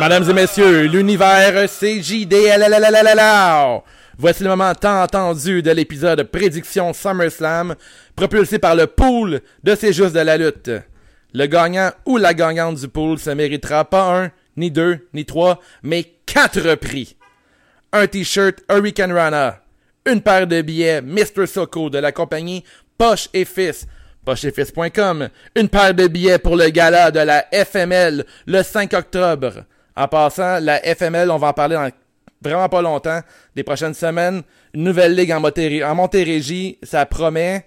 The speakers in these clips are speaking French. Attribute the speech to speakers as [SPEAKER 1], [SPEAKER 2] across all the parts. [SPEAKER 1] Mesdames et messieurs, l'univers CJDLLLLLL. Voici le moment tant attendu de l'épisode Prédiction SummerSlam, propulsé par le pool de C'est juste de la lutte. Le gagnant ou la gagnante du pool se méritera pas un, ni deux, ni trois, mais quatre prix. Un t-shirt Hurricane Rana, une paire de billets Mr. Soko de la compagnie Poche et Fils, pocheetfils.com, une paire de billets pour le gala de la FML le 5 octobre. En passant, la FML, on va en parler dans vraiment pas longtemps, des prochaines semaines. Une nouvelle ligue en, Montérégie, en Montérégie, ça promet.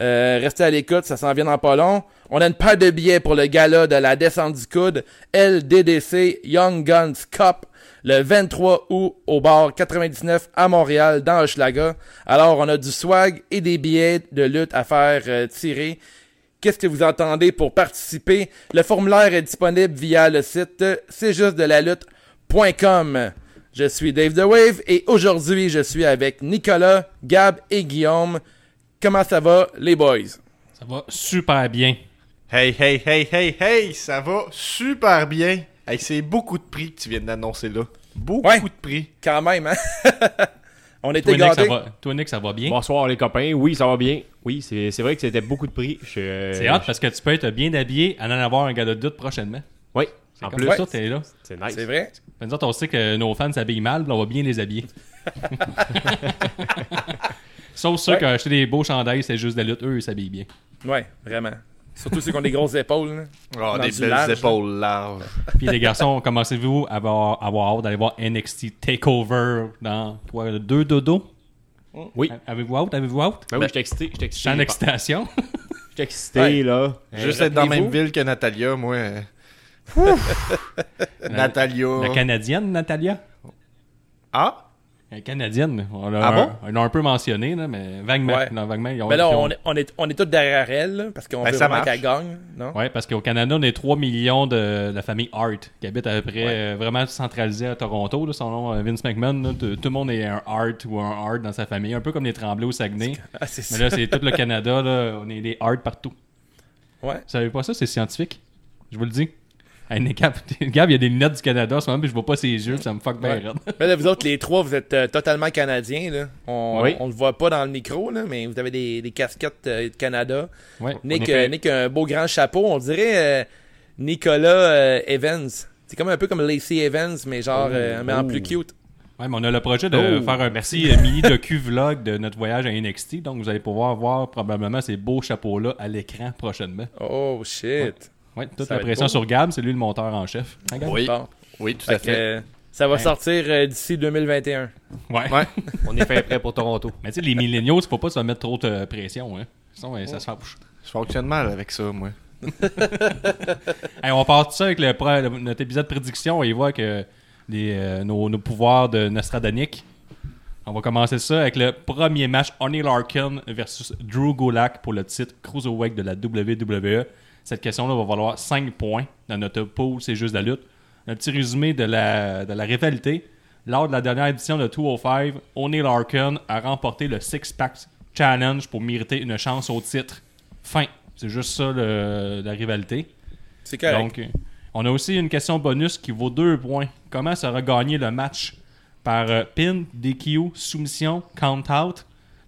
[SPEAKER 1] Euh, restez à l'écoute, ça s'en vient dans pas long. On a une paire de billets pour le gala de la descente du coude LDDC Young Guns Cup le 23 août au bar 99 à Montréal dans Hochelaga. Alors on a du swag et des billets de lutte à faire euh, tirer. Qu'est-ce que vous entendez pour participer Le formulaire est disponible via le site c'est juste de la lutte.com. Je suis Dave The Wave et aujourd'hui je suis avec Nicolas, Gab et Guillaume. Comment ça va les boys
[SPEAKER 2] Ça va super bien.
[SPEAKER 3] Hey, hey, hey, hey, hey, ça va super bien. Hey, c'est beaucoup de prix que tu viens d'annoncer là. Beaucoup
[SPEAKER 1] Ouais.
[SPEAKER 3] de prix.
[SPEAKER 1] Quand même, hein? On était
[SPEAKER 2] Toi, Nick, ça
[SPEAKER 1] gâtés.
[SPEAKER 2] va, toi, Nick, ça va bien.
[SPEAKER 4] Bonsoir les copains, oui ça va bien. Oui, c'est c'est vrai que c'était beaucoup de prix. Je, euh,
[SPEAKER 2] C'est hot parce que tu peux être bien habillé à en avoir un gars de doute prochainement.
[SPEAKER 4] Oui, en
[SPEAKER 2] Comme
[SPEAKER 4] plus,
[SPEAKER 2] ça, t'es là.
[SPEAKER 4] c'est nice.
[SPEAKER 1] C'est vrai?
[SPEAKER 2] Ben, nous autres, on sait que nos fans s'habillent mal, puis on va bien les habiller. Sauf ceux
[SPEAKER 1] Ouais.
[SPEAKER 2] qui ont acheté des beaux chandails, c'est juste de la lutte. Eux, ils s'habillent bien.
[SPEAKER 1] Ouais, vraiment. Surtout ceux qui ont des grosses épaules. là.
[SPEAKER 3] Oh,
[SPEAKER 1] Dans
[SPEAKER 3] des
[SPEAKER 1] du
[SPEAKER 3] belles
[SPEAKER 1] large,
[SPEAKER 3] épaules larges.
[SPEAKER 2] Puis les garçons, commencez-vous à avoir, avoir hâte d'aller voir NXT TakeOver dans quoi, deux dodo?
[SPEAKER 4] Oui.
[SPEAKER 2] Avez-vous hâte? Avez-vous hâte?
[SPEAKER 4] Ben oui, j'étais excité, j'étais excité.
[SPEAKER 2] Sans excitation.
[SPEAKER 4] J'étais excité
[SPEAKER 1] Ouais.
[SPEAKER 4] là.
[SPEAKER 3] Juste être dans la même
[SPEAKER 1] rappelez-vous-
[SPEAKER 3] ville que Natalia, moi. euh. Natalia.
[SPEAKER 2] La Canadienne, Natalia.
[SPEAKER 3] Ah?
[SPEAKER 2] Elle est Euh, canadienne. On l'a
[SPEAKER 3] Ah bon?
[SPEAKER 2] on l'a un peu mentionné, là, mais vaguement.
[SPEAKER 1] Ouais.
[SPEAKER 2] Non, vaguement, ils ont-
[SPEAKER 1] Mais Ben là,
[SPEAKER 2] ils ont-
[SPEAKER 1] on est, on est, on est tous derrière elle, là, parce qu'on
[SPEAKER 3] Ben,
[SPEAKER 1] veut
[SPEAKER 3] ça
[SPEAKER 1] vraiment
[SPEAKER 3] marche.
[SPEAKER 1] qu'elle gagne, non?
[SPEAKER 2] Ouais, parce qu'au Canada, on est 3 millions de la famille Hart, qui habite à peu près euh, vraiment centralisée à Toronto. Là, son nom, euh, Vince McMahon, là, tout tout le monde est un Hart ou un Hart dans sa famille, un peu comme les Tremblay au Saguenay.
[SPEAKER 1] Ah, c'est ça.
[SPEAKER 2] Mais là, c'est tout le Canada, là, on est des Hart partout.
[SPEAKER 1] Ouais.
[SPEAKER 2] Vous savez pas ça? C'est scientifique. Je vous le dis. Hey, Nick, Gab, Gab, il y a des lunettes du Canada en ce moment, puis je vois pas ses yeux, puis ça me fuck bien
[SPEAKER 1] Ouais.
[SPEAKER 2] raide.
[SPEAKER 1] Mais là, vous autres, les trois, vous êtes euh, totalement canadiens, là. On,
[SPEAKER 4] Oui.
[SPEAKER 1] on le voit pas dans le micro, là, mais vous avez des, des casquettes euh, de Canada.
[SPEAKER 2] Ouais, on
[SPEAKER 1] Nick,
[SPEAKER 2] est-
[SPEAKER 1] euh, Nick a un beau grand chapeau. On dirait euh, Nicolas euh, Evans. C'est comme un peu comme Lacey Evans, mais genre,
[SPEAKER 2] Mmh.
[SPEAKER 1] euh, mais en plus cute.
[SPEAKER 2] Ouais, mais on a le projet
[SPEAKER 1] Oh.
[SPEAKER 2] de faire un petit euh, mini docu vlog de notre voyage à NXT, donc vous allez pouvoir voir probablement ces beaux chapeaux-là à l'écran prochainement.
[SPEAKER 1] Oh, shit.
[SPEAKER 2] Ouais, toute
[SPEAKER 1] Ça
[SPEAKER 2] la
[SPEAKER 1] va être
[SPEAKER 2] pression
[SPEAKER 1] beau.
[SPEAKER 2] sur Gab, c'est lui le monteur en chef. Hein, Gab?
[SPEAKER 3] Oui.
[SPEAKER 1] Bon.
[SPEAKER 3] Oui, tout
[SPEAKER 1] Ah. Fait
[SPEAKER 3] à
[SPEAKER 1] que,
[SPEAKER 3] fait.
[SPEAKER 1] euh, ça va sortir euh, d'ici 2021.
[SPEAKER 2] Ouais.
[SPEAKER 3] Ouais.
[SPEAKER 4] On est fait prêt pour Toronto.
[SPEAKER 2] Mais tu sais, les milléniaux, il faut pas se mettre trop de euh, pression. Hein. Sinon, euh, ça se fâche.
[SPEAKER 3] Je fonctionne mal avec ça, moi.
[SPEAKER 2] Hey, on part de ça avec le, pro- le- notre épisode prédiction et voit que les, euh, nos, nos pouvoirs de Nostradanic. On va commencer ça avec le premier match Honey Larkin versus Drew Gulak pour le titre Cruiserweight de la WWE. Cette question-là va valoir 5 points dans notre pool, c'est juste la lutte. Un petit résumé de la, de la rivalité. Lors de la dernière édition de 205, Honey Larkin a remporté le Six Pack Challenge pour mériter une chance au titre. Fin. C'est juste ça le- la rivalité.
[SPEAKER 1] C'est correct.
[SPEAKER 2] Donc, euh, on a aussi une question bonus qui vaut deux points. Comment sera gagné le match par euh, pin, DQ, soumission, count-out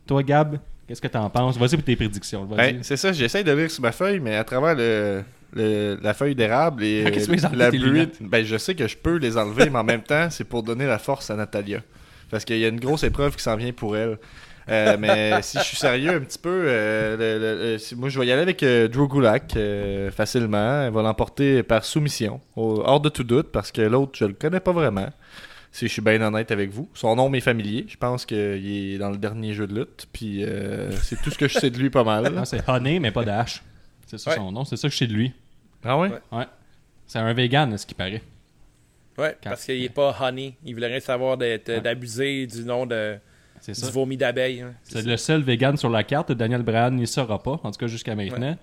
[SPEAKER 2] Toi, Gab, qu'est-ce que t'en penses Vas-y pour tes prédictions. Vas-y.
[SPEAKER 3] Hey, Ben, c'est ça, j'essaie de lire sur ma feuille, mais à travers le, le- la feuille d'érable et
[SPEAKER 2] Ok, tu peux les enlever,
[SPEAKER 3] la
[SPEAKER 2] tes
[SPEAKER 3] buée,
[SPEAKER 2] lunettes.
[SPEAKER 3] ben, je sais que je peux les enlever, mais en même temps, c'est pour donner la force à Natalia. Parce qu'il y a une grosse épreuve qui s'en vient pour elle. Euh, mais si je suis sérieux un petit peu, euh, le- le- le- si- moi je vais y aller avec euh, Drew Gulak euh, facilement. Elle va l'emporter par soumission, au- hors de tout doute, parce que l'autre, je le connais pas vraiment. Si je suis bien honnête avec vous. Son nom m'est familier. Je pense qu'il est dans le dernier jeu de lutte. Puis euh, c'est tout ce que je sais de lui pas mal.
[SPEAKER 2] Non, c'est Honey, mais pas de H. C'est ça
[SPEAKER 1] Ouais.
[SPEAKER 2] son nom, c'est ça que je sais de lui.
[SPEAKER 3] Ah ouais?
[SPEAKER 1] Ouais.
[SPEAKER 2] Ouais. C'est un vegan, à ce qui paraît.
[SPEAKER 1] Ouais, parce qu'il n'est pas honey. Il voulait rien savoir d'être- d'abuser du nom de,
[SPEAKER 2] C'est
[SPEAKER 1] du
[SPEAKER 2] ça.
[SPEAKER 1] vomi d'abeille. hein.
[SPEAKER 2] C'est le seul vegan sur la carte. Daniel Bryan n'y sera pas, en tout cas jusqu'à maintenant.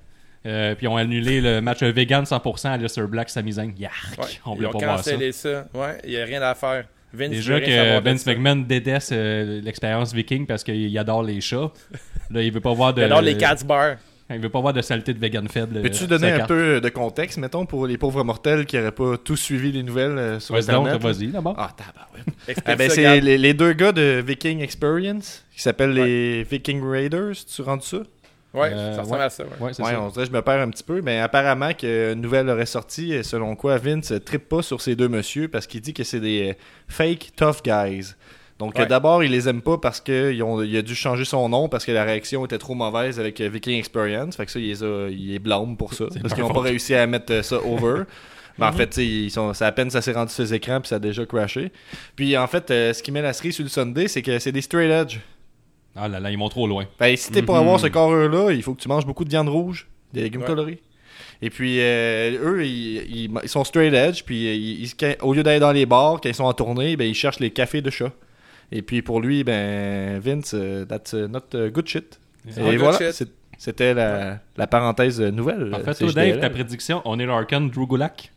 [SPEAKER 2] Euh, puis ils ont annulé le match vegan 100% à Lester Black Samizane. Yark!
[SPEAKER 1] Ouais.
[SPEAKER 2] On
[SPEAKER 1] Ils
[SPEAKER 2] voulait
[SPEAKER 1] ont
[SPEAKER 2] pas voir ça.
[SPEAKER 1] cancellé ça. Ouais, il n'y a rien à faire. Vince
[SPEAKER 2] Déjà
[SPEAKER 1] veut rien savoir
[SPEAKER 2] que
[SPEAKER 1] de
[SPEAKER 2] Vince
[SPEAKER 1] ça.
[SPEAKER 2] McMahon déteste euh, l'expérience viking parce qu'il adore les chats. Là, il veut pas voir de. Ah,
[SPEAKER 1] Il adore les cats bars.
[SPEAKER 2] Il veut pas voir de saleté de vegan fed. euh, le-
[SPEAKER 3] Peux-tu
[SPEAKER 2] sa
[SPEAKER 3] donner un
[SPEAKER 2] carte.
[SPEAKER 3] peu de contexte, mettons, pour les pauvres mortels qui n'auraient pas tout suivi les nouvelles euh, sur
[SPEAKER 2] Vas-y, donc,
[SPEAKER 3] Internet? là?
[SPEAKER 2] vas-y, d'abord.
[SPEAKER 3] Ah, tabarouette.
[SPEAKER 1] Explique
[SPEAKER 3] Ah, ben,
[SPEAKER 1] ça,
[SPEAKER 3] c'est
[SPEAKER 1] Gab.
[SPEAKER 3] les, les deux gars de Viking Experience, qui s'appellent les Viking Raiders, tu rends ça?
[SPEAKER 1] Ouais,
[SPEAKER 2] Euh,
[SPEAKER 1] ça ressemble
[SPEAKER 2] ouais.
[SPEAKER 1] à ça. ouais.
[SPEAKER 2] Ouais, c'est
[SPEAKER 3] Ouais,
[SPEAKER 2] ça.
[SPEAKER 3] on dirait que je me perds un petit peu, mais apparemment qu'une nouvelle aurait sorti, euh, selon quoi Vince ne trippe pas sur ces deux messieurs parce qu'il dit que c'est des euh, fake tough guys. Donc euh,
[SPEAKER 1] Ouais.
[SPEAKER 3] d'abord, il les aime pas parce qu'il a dû changer son nom parce que la réaction était trop mauvaise avec euh, Viking Experience. Fait que ça, il les, a- il les blâme pour ça. Parce qu'ils n'ont pas réussi à mettre euh, ça over. Mais en
[SPEAKER 2] Mhm.
[SPEAKER 3] fait, tu sais, ils sont, c'est à peine ça s'est rendu sur les écrans puis ça a déjà crashé. Puis en fait, euh, ce qui met la cerise sur le Sunday, c'est que c'est des straight edge.
[SPEAKER 2] Ah là là, ils vont trop loin.
[SPEAKER 3] Ben, si t'es pour
[SPEAKER 4] Mhm.
[SPEAKER 3] avoir ce corps-là, il faut que tu manges beaucoup de viande rouge, des légumes
[SPEAKER 1] Ouais.
[SPEAKER 3] colorés. Et puis, euh, eux, ils, ils- ils sont straight edge, puis euh, ils- ils- quand- au lieu d'aller dans les bars, quand ils sont en tournée, ben, ils cherchent les cafés de chat. Et puis, pour lui, ben, Vince, euh, that's euh, not euh, good shit.
[SPEAKER 2] It's
[SPEAKER 1] not
[SPEAKER 3] Et
[SPEAKER 1] good
[SPEAKER 3] voilà,
[SPEAKER 1] shit.
[SPEAKER 3] c'est- c'était la, la parenthèse nouvelle.
[SPEAKER 2] En
[SPEAKER 3] euh,
[SPEAKER 2] fait,
[SPEAKER 3] c'est
[SPEAKER 2] toi, Dave,
[SPEAKER 3] JDL.
[SPEAKER 2] ta prédiction, on est Larkin, Drew Gulak.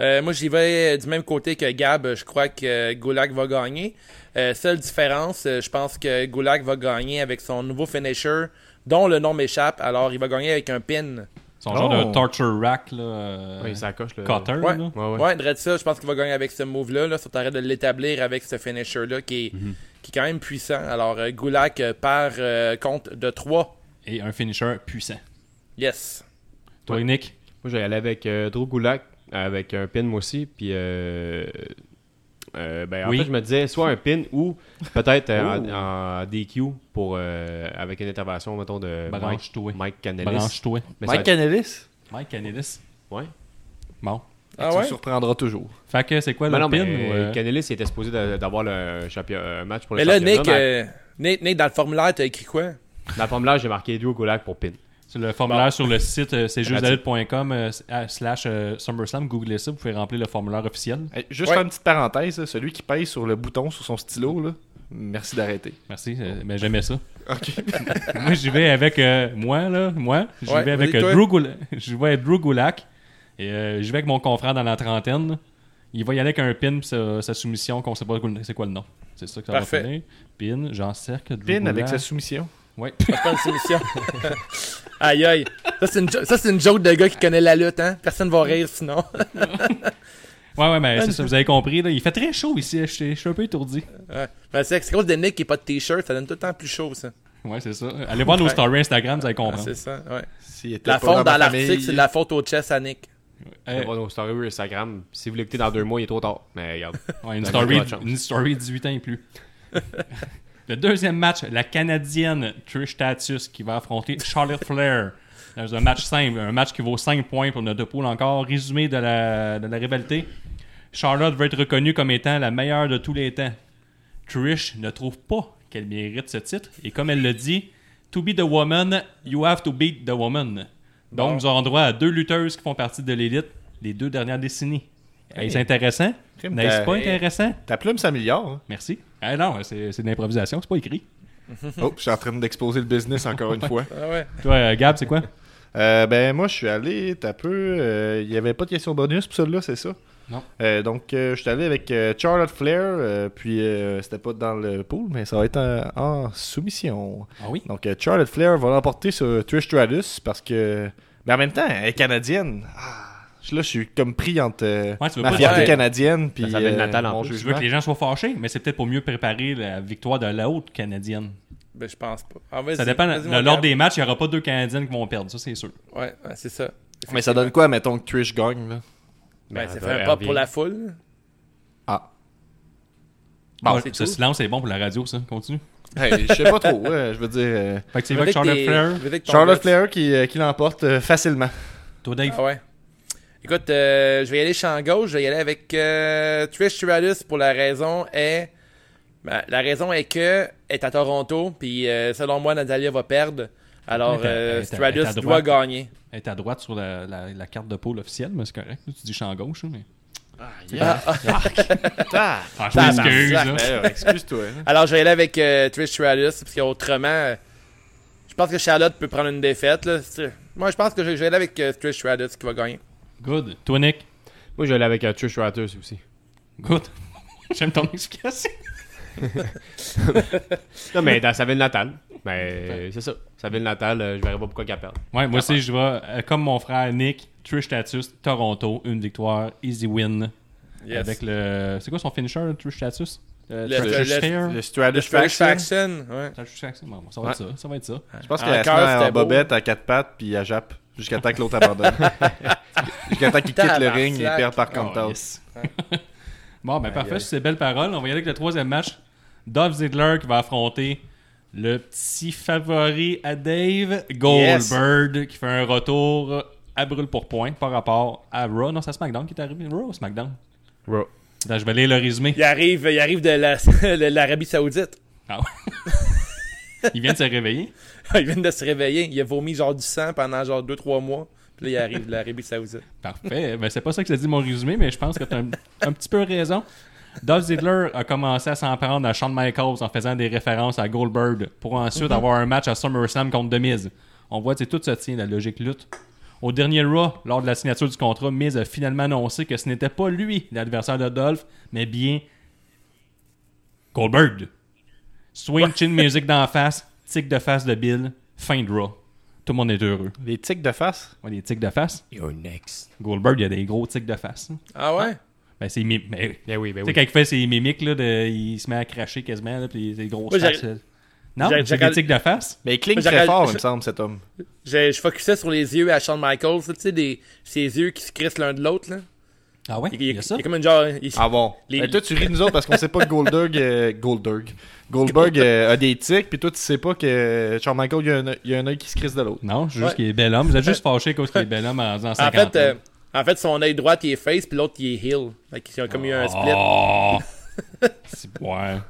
[SPEAKER 1] Euh, moi, j'y vais euh, du même côté que Gab. Je crois que euh, Gulak va gagner. Euh, seule différence, euh, je pense que Gulak va gagner avec son nouveau finisher, dont le nom m'échappe. Alors, il va gagner avec un pin.
[SPEAKER 2] Son
[SPEAKER 3] Oh.
[SPEAKER 2] genre de torture rack, là. euh,
[SPEAKER 4] Oui, ça coche le.
[SPEAKER 2] cutter,
[SPEAKER 1] Ouais.
[SPEAKER 2] là.
[SPEAKER 4] Ouais, ouais.
[SPEAKER 1] Ouais, Dredd, ça, je pense qu'il va gagner avec ce move-là. Là, surtout arrête de l'établir avec ce finisher-là qui, est- qui est quand même puissant. Alors, euh, Gulak euh, par euh, compte de 3.
[SPEAKER 2] Et un finisher puissant.
[SPEAKER 1] Yes.
[SPEAKER 2] Toi,
[SPEAKER 4] Ouais.
[SPEAKER 2] Nick,
[SPEAKER 4] Moi, j'allais avec euh, Drew Gulak, avec un pin, moi aussi. Puis, euh, euh, ben, en
[SPEAKER 2] Oui.
[SPEAKER 4] fait, je me disais soit un pin ou peut-être euh, en,
[SPEAKER 2] Oh.
[SPEAKER 4] en DQ pour, euh, avec une intervention, mettons, de Mike,
[SPEAKER 2] branche-toi.
[SPEAKER 4] Mike Canelis.
[SPEAKER 2] Branche-toi.
[SPEAKER 4] Mais ça va
[SPEAKER 3] Mike Canelis,
[SPEAKER 2] Mike Canelis.
[SPEAKER 4] être- ouais.
[SPEAKER 2] Bon.
[SPEAKER 1] Ah
[SPEAKER 3] tu me
[SPEAKER 1] ouais?
[SPEAKER 3] surprendras toujours.
[SPEAKER 2] Fait que c'est quoi
[SPEAKER 4] Ben
[SPEAKER 2] le
[SPEAKER 4] non, mais
[SPEAKER 2] pin? ou, euh,
[SPEAKER 4] Canelis il était supposé de- d'avoir le champion- un match pour le
[SPEAKER 1] Mais là,
[SPEAKER 4] championnat,
[SPEAKER 1] Nick,
[SPEAKER 4] mais
[SPEAKER 1] euh, Nick, Nick, dans le formulaire, t'as écrit quoi?
[SPEAKER 4] Dans la forme là, j'ai marqué Drew Gulak pour pin.
[SPEAKER 2] Sur le formulaire sur le site, euh, c'est
[SPEAKER 4] Là-dessus.
[SPEAKER 2] justdalit.com euh, s- euh, slash euh, SummerSlam. Googlez ça, vous pouvez remplir le formulaire officiel.
[SPEAKER 3] Eh, Juste
[SPEAKER 1] Ouais.
[SPEAKER 3] faire une petite parenthèse, là, celui qui pèse sur le bouton, sur son stylo, là, merci d'arrêter.
[SPEAKER 2] Merci, euh, mais j'aimais ça. moi, j'y vais avec euh, moi, là. Moi, j'y
[SPEAKER 1] Ouais,
[SPEAKER 2] vais avec euh,
[SPEAKER 1] vas-y, toi.
[SPEAKER 2] Drew Goulak. Je vais avec Drew Gulak. Et euh, j'y vais avec mon confrère dans la trentaine. Il va y aller avec un pin pis sa, sa soumission qu'on sait pas c'est quoi le nom. C'est ça que ça
[SPEAKER 1] Parfait.
[SPEAKER 2] va finir. Pin, j'encercle Drew
[SPEAKER 3] Pin avec
[SPEAKER 2] Gulak.
[SPEAKER 3] sa soumission.
[SPEAKER 2] Ouais.
[SPEAKER 1] C'est pas une soumission. aïe aïe. Ça, c'est une, jo- ça, c'est une joke de gars qui connaît la lutte, hein? Personne va rire sinon.
[SPEAKER 2] ouais, ouais, mais c'est ça, vous avez compris. Là. Il fait très chaud ici. Je suis- je suis un peu étourdi.
[SPEAKER 1] Ouais. Mais c'est c'est à cause de Nick qui n'a pas de t-shirt, ça donne tout le temps plus chaud, ça.
[SPEAKER 2] Ouais, c'est ça. Allez voir nos
[SPEAKER 1] Ouais.
[SPEAKER 2] stories Instagram, vous allez
[SPEAKER 1] Ah,
[SPEAKER 2] comprendre.
[SPEAKER 1] c'est ça, ouais.
[SPEAKER 3] S'il était
[SPEAKER 1] La
[SPEAKER 3] pas
[SPEAKER 1] faute
[SPEAKER 3] ma
[SPEAKER 1] dans
[SPEAKER 3] famille.
[SPEAKER 1] l'article, c'est de la faute au chess à Nick.
[SPEAKER 2] Eh,
[SPEAKER 4] Allez voir nos stories Instagram. Si vous l'écoutez dans deux mois, il est trop tard. Mais regarde.
[SPEAKER 2] Ouais, une,
[SPEAKER 4] T'as
[SPEAKER 2] story,
[SPEAKER 4] pas de chance.
[SPEAKER 2] une story 18 ans et plus. Le deuxième match, la Canadienne Trish Stratus qui va affronter Charlotte Flair dans un match simple, un match qui vaut 5 points pour notre poule encore. Résumé de la, de la rivalité, Charlotte va être reconnue comme étant la meilleure de tous les temps. Trish ne trouve pas qu'elle mérite ce titre et comme elle le dit, To be the woman, you have to beat the woman. Donc nous aurons droit à deux lutteuses qui font partie de l'élite les deux dernières décennies. Est-ce intéressant?
[SPEAKER 3] Crime,
[SPEAKER 2] N'est-ce
[SPEAKER 3] t'as-
[SPEAKER 2] pas intéressant?
[SPEAKER 3] Ta plume s'améliore. hein.
[SPEAKER 2] Merci. Ah non, c'est c'est de l'improvisation, c'est pas écrit.
[SPEAKER 3] Oh, je suis en train d'exposer le business encore une fois.
[SPEAKER 1] Ah ouais.
[SPEAKER 2] Toi, euh, Gab, c'est quoi?
[SPEAKER 3] Euh, ben, moi, je suis allé, t'as peu. euh, Il n'y avait pas de question bonus pour celui-là, c'est ça?
[SPEAKER 2] Non.
[SPEAKER 3] Euh, donc, euh, je suis allé avec euh, Charlotte Flair, euh, puis euh, c'était pas dans le pool, mais ça va être en, en soumission.
[SPEAKER 2] Ah oui?
[SPEAKER 3] Donc, euh, Charlotte Flair va l'emporter sur Trish Stratus parce que. Mais en même temps, elle est canadienne. Ah, je- là, je suis comme pris entre euh,
[SPEAKER 2] Ouais, tu veux
[SPEAKER 3] ma
[SPEAKER 2] pas-
[SPEAKER 3] fierté
[SPEAKER 1] Ouais.
[SPEAKER 3] canadienne puis euh,
[SPEAKER 4] s'appelle Natal en
[SPEAKER 3] mon
[SPEAKER 4] plus.
[SPEAKER 2] Je veux
[SPEAKER 3] jugement.
[SPEAKER 2] que les gens soient fâchés, mais c'est peut-être pour mieux préparer la victoire de la haute canadienne.
[SPEAKER 1] Ben, je pense pas. Ah, vas-y,
[SPEAKER 2] Ça dépend.
[SPEAKER 1] vas-y, mon
[SPEAKER 2] Dans L'ordre
[SPEAKER 1] gars.
[SPEAKER 2] des matchs, il n'y aura pas deux Canadiennes qui vont perdre, ça c'est sûr.
[SPEAKER 1] Ouais, ouais, c'est ça.
[SPEAKER 3] Mais ça donne quoi, mettons, que Trish gagne, là?
[SPEAKER 1] Ben, ça
[SPEAKER 4] attends,
[SPEAKER 1] fait un
[SPEAKER 4] elle
[SPEAKER 1] pas
[SPEAKER 4] revient.
[SPEAKER 1] pour la foule.
[SPEAKER 3] Ah.
[SPEAKER 1] Bon,
[SPEAKER 2] Ouais,
[SPEAKER 1] c'est
[SPEAKER 2] ce
[SPEAKER 1] tout.
[SPEAKER 2] silence est bon pour la radio, ça. Continue.
[SPEAKER 3] Hey, je sais pas trop, ouais, je veux dire. euh,
[SPEAKER 2] Fait que c'est vrai que Charlotte Flair,
[SPEAKER 3] Charlotte Flair qui, euh, qui l'emporte euh, facilement.
[SPEAKER 2] toi Dave,
[SPEAKER 1] Ah ouais. Écoute, euh, je vais y aller champ gauche. Je vais y aller avec euh, Trish Stratus pour la raison est... ben, la raison est que elle est à Toronto, puis euh, selon moi, Natalia va perdre. Alors,
[SPEAKER 2] Elle est à-
[SPEAKER 1] euh,
[SPEAKER 2] elle est à- elle est à
[SPEAKER 1] Stratus doit
[SPEAKER 2] droite.
[SPEAKER 1] gagner.
[SPEAKER 2] elle est à droite sur la, la- la carte de pôle officielle, mais c'est correct. Tu dis champ gauche, hein, mais.
[SPEAKER 1] ah.
[SPEAKER 2] Ah, je
[SPEAKER 1] Tabarnak.
[SPEAKER 2] m'excuse, là.
[SPEAKER 3] Excuse-toi.
[SPEAKER 1] Alors, je vais y aller avec euh, Trish Stratus, parce qu'autrement, euh, je pense que Charlotte peut prendre une défaite. Là. C'est- Moi, je pense que je je vais y aller avec euh, Trish Stratus qui va gagner.
[SPEAKER 2] Good. Toi Nick,
[SPEAKER 4] Moi, j'allais avec euh, Trish Stratus aussi.
[SPEAKER 2] good. J'aime ton explication.
[SPEAKER 4] Non, mais dans sa ville natale. Mais euh, c'est ça. Sa ville natale, euh, je verrai pas pourquoi qu'elle perd.
[SPEAKER 2] Ouais, moi aussi, je vais, euh, comme mon frère Nick, Trish Status, Toronto, une victoire, easy win.
[SPEAKER 1] Yes.
[SPEAKER 2] Avec le. C'est quoi son finisher, Trish Status
[SPEAKER 1] Le-
[SPEAKER 2] Trish
[SPEAKER 1] le- le-
[SPEAKER 2] Fair?
[SPEAKER 3] Le
[SPEAKER 1] Le
[SPEAKER 3] Stratus
[SPEAKER 1] Spanish
[SPEAKER 3] Faction.
[SPEAKER 1] Faction, ouais.
[SPEAKER 2] Trish Faction, bon, ça va être ça. Ça va être ça.
[SPEAKER 3] Je pense
[SPEAKER 1] En
[SPEAKER 3] qu'elle se
[SPEAKER 1] cœur,
[SPEAKER 3] met
[SPEAKER 1] c'était
[SPEAKER 3] en
[SPEAKER 1] beau.
[SPEAKER 3] bobette à quatre pattes puis à jappe jusqu'à temps que l'autre abandonne. jusqu'à temps qu'il quitte le
[SPEAKER 1] Tabarnak.
[SPEAKER 3] ring et perd par compte
[SPEAKER 2] Oh, yes. bon, ben parfait, sur ces belles paroles, on va y aller avec le troisième match. Dolph Ziggler qui va affronter le petit favori à Dave, Goldberg, qui fait un retour à brûle pour point par rapport à Raw. Non, c'est à SmackDown qui est arrivé. Raw ou SmackDown
[SPEAKER 4] Raw.
[SPEAKER 2] Attends, je vais lire le résumé.
[SPEAKER 1] Il arrive, il arrive de la- de l'Arabie Saoudite.
[SPEAKER 2] Ah ouais. Il vient de se réveiller.
[SPEAKER 1] il vient de se réveiller. Il a vomi genre du sang pendant genre 2-3 mois. Puis là, il arrive de l'Arabie Saoudite.
[SPEAKER 2] Parfait. Ben, c'est pas ça que ça dit mon résumé, mais je pense que t'as un, un petit peu raison. Dolph Ziggler a commencé à s'en prendre à Shawn Michaels en faisant des références à Goldberg pour ensuite avoir un match à SummerSlam contre Demise. On voit, c'est tout ça tient, la logique lutte. Au dernier Raw, lors de la signature du contrat, Miz a finalement annoncé que ce n'était pas lui l'adversaire de Dolph, mais bien Goldberg. Swing chin music d'en face, tic de face de Bill, fin de Raw. Tout le monde est heureux.
[SPEAKER 3] Les tics de face.
[SPEAKER 2] Ouais, les tics de face.
[SPEAKER 4] You're next.
[SPEAKER 2] Goldberg, il y a des gros tics de face. hein.
[SPEAKER 1] Ah ouais?
[SPEAKER 2] Ben, c'est mim- ben,
[SPEAKER 4] Ben oui, ben
[SPEAKER 2] Tu sais,
[SPEAKER 4] oui.
[SPEAKER 2] quand il fait ses mimiques, là, de- il se met à cracher quasiment, là, puis c'est gros
[SPEAKER 1] Moi, j'ai-
[SPEAKER 2] Non,
[SPEAKER 1] j'ai-
[SPEAKER 2] c'est
[SPEAKER 1] j'ai-
[SPEAKER 2] des tics de face.
[SPEAKER 3] Mais il cligne
[SPEAKER 1] Moi,
[SPEAKER 3] très
[SPEAKER 1] j'aurais-
[SPEAKER 3] fort, il
[SPEAKER 1] je-
[SPEAKER 3] me semble, cet homme.
[SPEAKER 1] Je, je focusais sur les yeux à Shawn Michaels, tu sais, des, ses yeux qui se crissent l'un de l'autre, là.
[SPEAKER 2] Ah ouais?
[SPEAKER 1] Il,
[SPEAKER 2] Il,
[SPEAKER 1] il-
[SPEAKER 2] y a ça?
[SPEAKER 1] il est comme une genre. il-
[SPEAKER 3] Ah bon?
[SPEAKER 1] Les-
[SPEAKER 3] Ben, toi, tu ris de nous autres parce qu'on sait pas que Goldberg, euh, Goldberg, Goldberg euh, a des tics, puis toi, tu sais pas que Charles Michael, il y a un oe- il y a un œil qui se crisse de l'autre.
[SPEAKER 2] Non, c'est juste
[SPEAKER 1] Ouais.
[SPEAKER 2] qu'il est bel homme. Vous êtes juste fâché cause qu'il est bel homme en faisant
[SPEAKER 1] en,
[SPEAKER 2] 50
[SPEAKER 1] fait, euh, en fait, son œil droit, il est face, puis l'autre, il est heel. Fait qu'ils ont comme eu un split.
[SPEAKER 2] Oh! c'est... Ouais.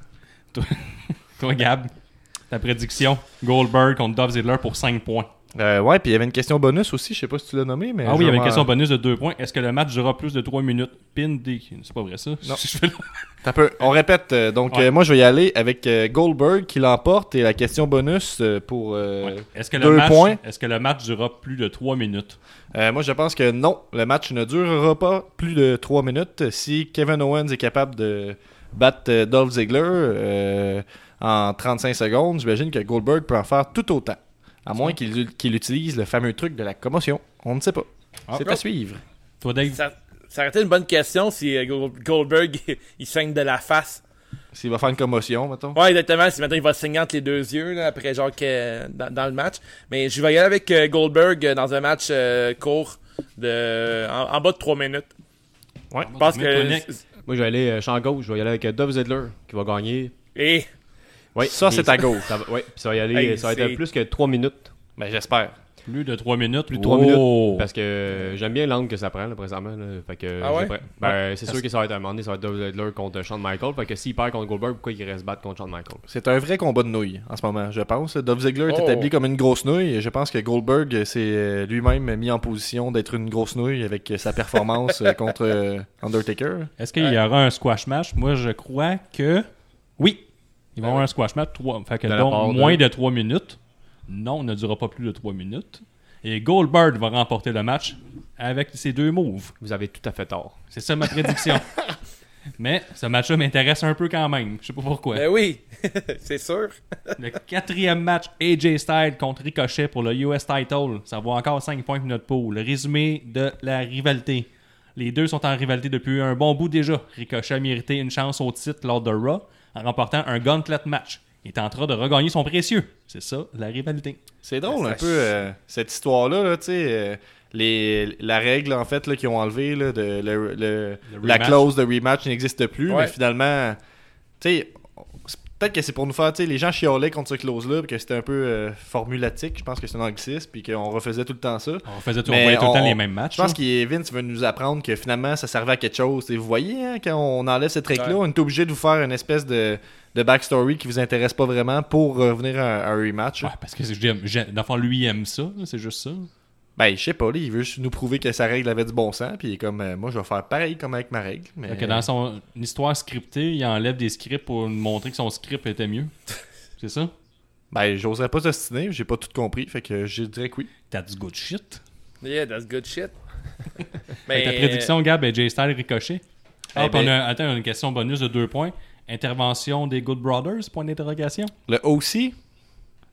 [SPEAKER 2] Toi, toi, Gab, ta prédiction, Goldberg contre Dolph Ziggler pour 5 points.
[SPEAKER 3] Euh, ouais, puis il y avait une question bonus aussi, je sais pas si tu l'as nommé, mais.
[SPEAKER 2] Ah oui, il y avait une
[SPEAKER 3] vraiment-
[SPEAKER 2] question bonus de 2 points. Est-ce que le match durera plus de 3 minutes? Pin D. C'est pas vrai, ça?
[SPEAKER 3] Non.
[SPEAKER 2] Je fais le-
[SPEAKER 3] T'as peu. On répète. euh, donc,
[SPEAKER 2] Ouais.
[SPEAKER 3] euh, moi, je vais y aller avec euh, Goldberg qui l'emporte et la question bonus euh, pour. euh,
[SPEAKER 2] Ouais. Est-ce que,
[SPEAKER 3] deux
[SPEAKER 2] le match,
[SPEAKER 3] points.
[SPEAKER 2] est-ce que le match durera plus de 3 minutes?
[SPEAKER 3] euh, moi, je pense que non, le match ne durera pas plus de 3 minutes. Si Kevin Owens est capable de battre euh, Dolph Ziggler euh, en 35 secondes, j'imagine que Goldberg peut en faire tout autant. À moins qu'il qu'il utilise le fameux truc de la commotion. On ne sait pas.
[SPEAKER 2] Ah,
[SPEAKER 3] C'est à suivre.
[SPEAKER 2] Toi, Dave?
[SPEAKER 1] Ça, ça aurait été une bonne question si euh, Gold- Goldberg, il saigne de la face.
[SPEAKER 3] S'il va faire une commotion, mettons.
[SPEAKER 1] Ouais, exactement. Si maintenant il va saigner entre les deux yeux, là, après genre que dans, dans le match. Mais je vais y aller avec euh, Goldberg euh, dans un match euh, court de en, en bas de 3 minutes.
[SPEAKER 3] Ouais.
[SPEAKER 1] Je pense
[SPEAKER 2] Toi,
[SPEAKER 1] que.
[SPEAKER 2] Nick?
[SPEAKER 4] Moi, je vais aller euh, champ gauche. Je vais y aller avec euh, Dolph Ziggler qui va gagner.
[SPEAKER 1] Et
[SPEAKER 4] Ouais,
[SPEAKER 3] Ça,
[SPEAKER 4] mais-
[SPEAKER 3] c'est à gauche.
[SPEAKER 4] Ça va- ouais, puis ça va y aller.
[SPEAKER 1] Hey,
[SPEAKER 4] ça va être euh,
[SPEAKER 1] c'est-
[SPEAKER 4] plus que 3 minutes.
[SPEAKER 3] Ben, j'espère.
[SPEAKER 2] Plus de 3 minutes. Oh! Plus
[SPEAKER 4] de trois minutes. Parce que euh, j'aime bien l'angle que ça prend là, présentement. là. Fait que,
[SPEAKER 1] Ah
[SPEAKER 4] j'ai
[SPEAKER 1] ouais?
[SPEAKER 4] prêt. Ben, c'est sûr que ça va être un moment donné, ça va être Dolph Ziggler contre Shawn Michaels. Fait que s'il perd contre Goldberg, pourquoi il reste battre contre Shawn Michaels?
[SPEAKER 3] C'est un vrai combat de nouilles en ce moment, je pense. Dolph Ziggler est
[SPEAKER 1] Oh.
[SPEAKER 3] établi comme une grosse nouille et je pense que Goldberg euh, s'est euh, lui-même mis en position d'être une grosse nouille avec euh, sa performance euh, contre euh, Undertaker.
[SPEAKER 2] Est-ce qu'il y aura un squash match? Moi, je crois que oui. Il va y avoir un squash match. Trois... Fait que
[SPEAKER 4] De la
[SPEAKER 2] donc,
[SPEAKER 4] part de-
[SPEAKER 2] moins de 3 minutes. Non, ne durera pas plus de 3 minutes. Et Goldberg va remporter le match avec ses deux moves.
[SPEAKER 4] Vous avez tout à fait tort.
[SPEAKER 2] C'est ça ma prédiction. Mais ce match-là m'intéresse un peu quand même. Je sais pas pourquoi.
[SPEAKER 1] ben oui, c'est sûr.
[SPEAKER 2] Le quatrième match, AJ Styles contre Ricochet pour le US Title. Ça vaut encore 5 points pour notre pool. Le résumé de la rivalité. Les deux sont en rivalité depuis un bon bout déjà. Ricochet a mérité une chance au titre lors de Raw en remportant un gauntlet match. Il est en train de regagner son précieux. C'est ça, la rivalité.
[SPEAKER 3] C'est drôle
[SPEAKER 1] Ça
[SPEAKER 3] un peu euh, cette histoire-là, là, tu sais, euh, les, la règle en fait là, qu'ils ont enlevée, là, de, le- le-
[SPEAKER 2] Le
[SPEAKER 3] la
[SPEAKER 2] rematch.
[SPEAKER 3] clause de rematch n'existe plus,
[SPEAKER 1] Ouais.
[SPEAKER 3] mais finalement, tu sais, c'est peut-être que c'est pour nous faire, tu sais, les gens chiolaient contre cette clause-là, puis que c'était un peu euh, formulatique, je pense que c'est un anglicisme, puis qu'on refaisait tout le temps ça.
[SPEAKER 2] On faisait tout, on
[SPEAKER 3] Mais
[SPEAKER 2] voyait tout le
[SPEAKER 3] on-
[SPEAKER 2] temps les
[SPEAKER 3] on-
[SPEAKER 2] mêmes matchs.
[SPEAKER 3] Je
[SPEAKER 2] là.
[SPEAKER 3] pense que Vince veut nous apprendre que finalement ça servait à quelque chose. Et vous voyez, hein, quand on enlève cette règle-là,
[SPEAKER 1] Ouais.
[SPEAKER 3] on est obligé de vous faire une espèce de, de backstory qui vous intéresse pas vraiment pour revenir à, à un rematch.
[SPEAKER 2] Ouais, parce que c'est- j'aime- j'aime- dans le fond, lui il aime ça. là, C'est juste ça.
[SPEAKER 3] Ben, je sais pas, là, il veut juste nous prouver que sa règle avait du bon sens, puis il est comme, euh, moi je vais faire pareil comme avec ma règle. Mais...
[SPEAKER 2] Fait que dans son histoire scriptée, il enlève des scripts pour nous montrer que son script était mieux. C'est ça?
[SPEAKER 3] Ben, j'oserais pas s'ostiner, j'ai pas tout compris, fait que je dirais que oui.
[SPEAKER 2] That's good shit.
[SPEAKER 1] Yeah, that's good shit.
[SPEAKER 2] Fait
[SPEAKER 1] Mais
[SPEAKER 2] que ta prédiction, Gab, est Jay Styles ricochet. Ah,
[SPEAKER 3] Eh
[SPEAKER 2] puis on
[SPEAKER 3] ben-
[SPEAKER 2] a, attends, on a une question bonus de deux points. Intervention des Good Brothers, point d'interrogation.
[SPEAKER 3] Le OC,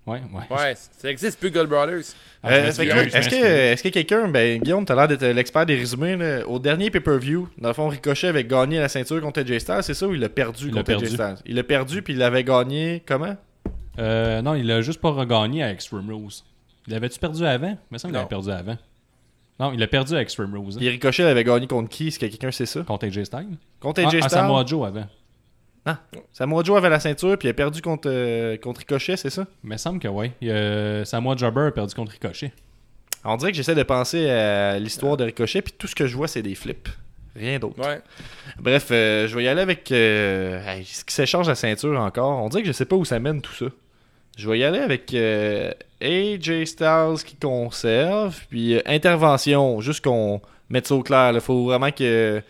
[SPEAKER 2] Ouais, ouais.
[SPEAKER 1] euh, Ouais, ça existe plus Gold Brothers.
[SPEAKER 2] Ah, je
[SPEAKER 3] Euh,
[SPEAKER 2] m'excuse,
[SPEAKER 3] fait que,
[SPEAKER 2] je
[SPEAKER 3] Est-ce que,
[SPEAKER 2] m'excuse.
[SPEAKER 3] est-ce que quelqu'un, ben Guillaume, t'as l'air d'être l'expert des résumés, là. au dernier pay-per-view, dans le fond, Ricochet avait gagné la ceinture contre AJ Styles, c'est ça ou il l'a perdu
[SPEAKER 2] Il l'a
[SPEAKER 3] contre AJ
[SPEAKER 2] perdu.
[SPEAKER 3] Styles? Il l'a perdu puis il l'avait gagné comment?
[SPEAKER 2] Euh, non, il a juste pas regagné à Extreme Rules. Il l'avait-tu perdu avant? Il me semble qu'il
[SPEAKER 1] Non.
[SPEAKER 2] l'avait perdu avant. Non, il l'a perdu à Extreme Rules. hein,
[SPEAKER 3] Puis Ricochet avait gagné contre qui? Est-ce que quelqu'un sait ça?
[SPEAKER 2] Contre AJ Styles.
[SPEAKER 3] Contre
[SPEAKER 2] Ah,
[SPEAKER 3] AJ
[SPEAKER 2] ah,
[SPEAKER 3] Styles?
[SPEAKER 2] Samoa Joe avant.
[SPEAKER 3] Ah, Samoa Joe avait la ceinture puis il a perdu contre, euh, contre Ricochet, c'est ça?
[SPEAKER 2] Il me semble que oui. Euh, Samoa Jobber a perdu contre Ricochet.
[SPEAKER 3] On dirait que j'essaie de penser à l'histoire de Ricochet puis tout ce que je vois c'est des flips. Rien d'autre.
[SPEAKER 1] Ouais.
[SPEAKER 3] Bref, euh, je vais y aller avec euh, hey, ce qui s'échange la ceinture encore. On dirait que je sais pas où ça mène tout ça. Je vais y aller avec euh, AJ Styles qui conserve, puis euh, intervention, juste qu'on mette ça au clair. Il faut vraiment que.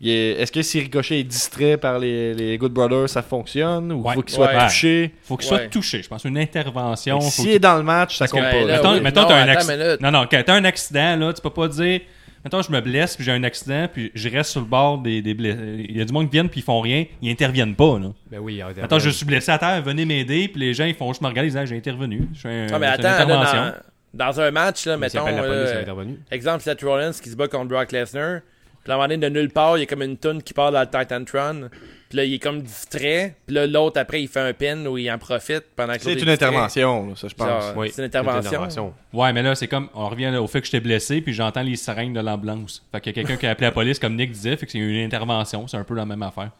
[SPEAKER 3] il est- Est-ce que si Ricochet est distrait par les, les Good Brothers, ça fonctionne Ou
[SPEAKER 2] Ouais,
[SPEAKER 3] faut qu'il soit
[SPEAKER 1] ouais.
[SPEAKER 3] touché
[SPEAKER 2] Faut qu'il
[SPEAKER 1] Ouais.
[SPEAKER 2] soit touché. Je pense une intervention. faut
[SPEAKER 3] S'il
[SPEAKER 2] qu'il-
[SPEAKER 3] est dans le match, ça
[SPEAKER 2] Parce
[SPEAKER 3] compte
[SPEAKER 2] que, euh,
[SPEAKER 3] pas.
[SPEAKER 1] Ouais, là,
[SPEAKER 3] là.
[SPEAKER 2] mettons,
[SPEAKER 1] oui.
[SPEAKER 2] mettons
[SPEAKER 1] Non,
[SPEAKER 2] t'as un
[SPEAKER 1] attends
[SPEAKER 2] acc-
[SPEAKER 1] une minute.
[SPEAKER 2] Non, non, quand t'as un accident, là, tu peux pas dire. Mettons, je me blesse, puis j'ai un accident, puis je reste sur le bord des, des blessés. Il y a du monde qui viennent, puis ils font rien. Ils interviennent pas, là.
[SPEAKER 4] Ben oui, attends.
[SPEAKER 2] Attends, je suis blessé à terre, venez m'aider, puis les gens, ils font juste me regarder, ils disent, Ah, j'ai intervenu. Je fais un-
[SPEAKER 1] Ah, mais
[SPEAKER 2] je fais une
[SPEAKER 1] attends,
[SPEAKER 2] intervention.
[SPEAKER 1] là, dans, dans un match, là,
[SPEAKER 4] Mais si
[SPEAKER 1] mettons. euh,
[SPEAKER 4] appelle la police,
[SPEAKER 1] là,
[SPEAKER 4] elle est intervenue.
[SPEAKER 1] exemple, Seth Rollins qui se bat contre Brock Lesnar. Puis à un moment donné, de nulle part, il y a comme une toune qui part dans le Titantron. Puis là, il est comme distrait. Puis là, l'autre, après, il fait un pin où il en profite pendant que
[SPEAKER 3] C'est
[SPEAKER 1] l'autre
[SPEAKER 3] une
[SPEAKER 1] est distrait.
[SPEAKER 3] intervention, là, ça je pense.
[SPEAKER 1] Genre,
[SPEAKER 4] Oui,
[SPEAKER 1] c'est une intervention.
[SPEAKER 2] Ouais, mais là, c'est comme, on revient là, au fait que j'étais blessé, puis j'entends les sirènes de l'ambulance. Fait qu'il y a quelqu'un qui a appelé la police, comme Nick disait, fait que c'est une intervention, c'est un peu la même affaire.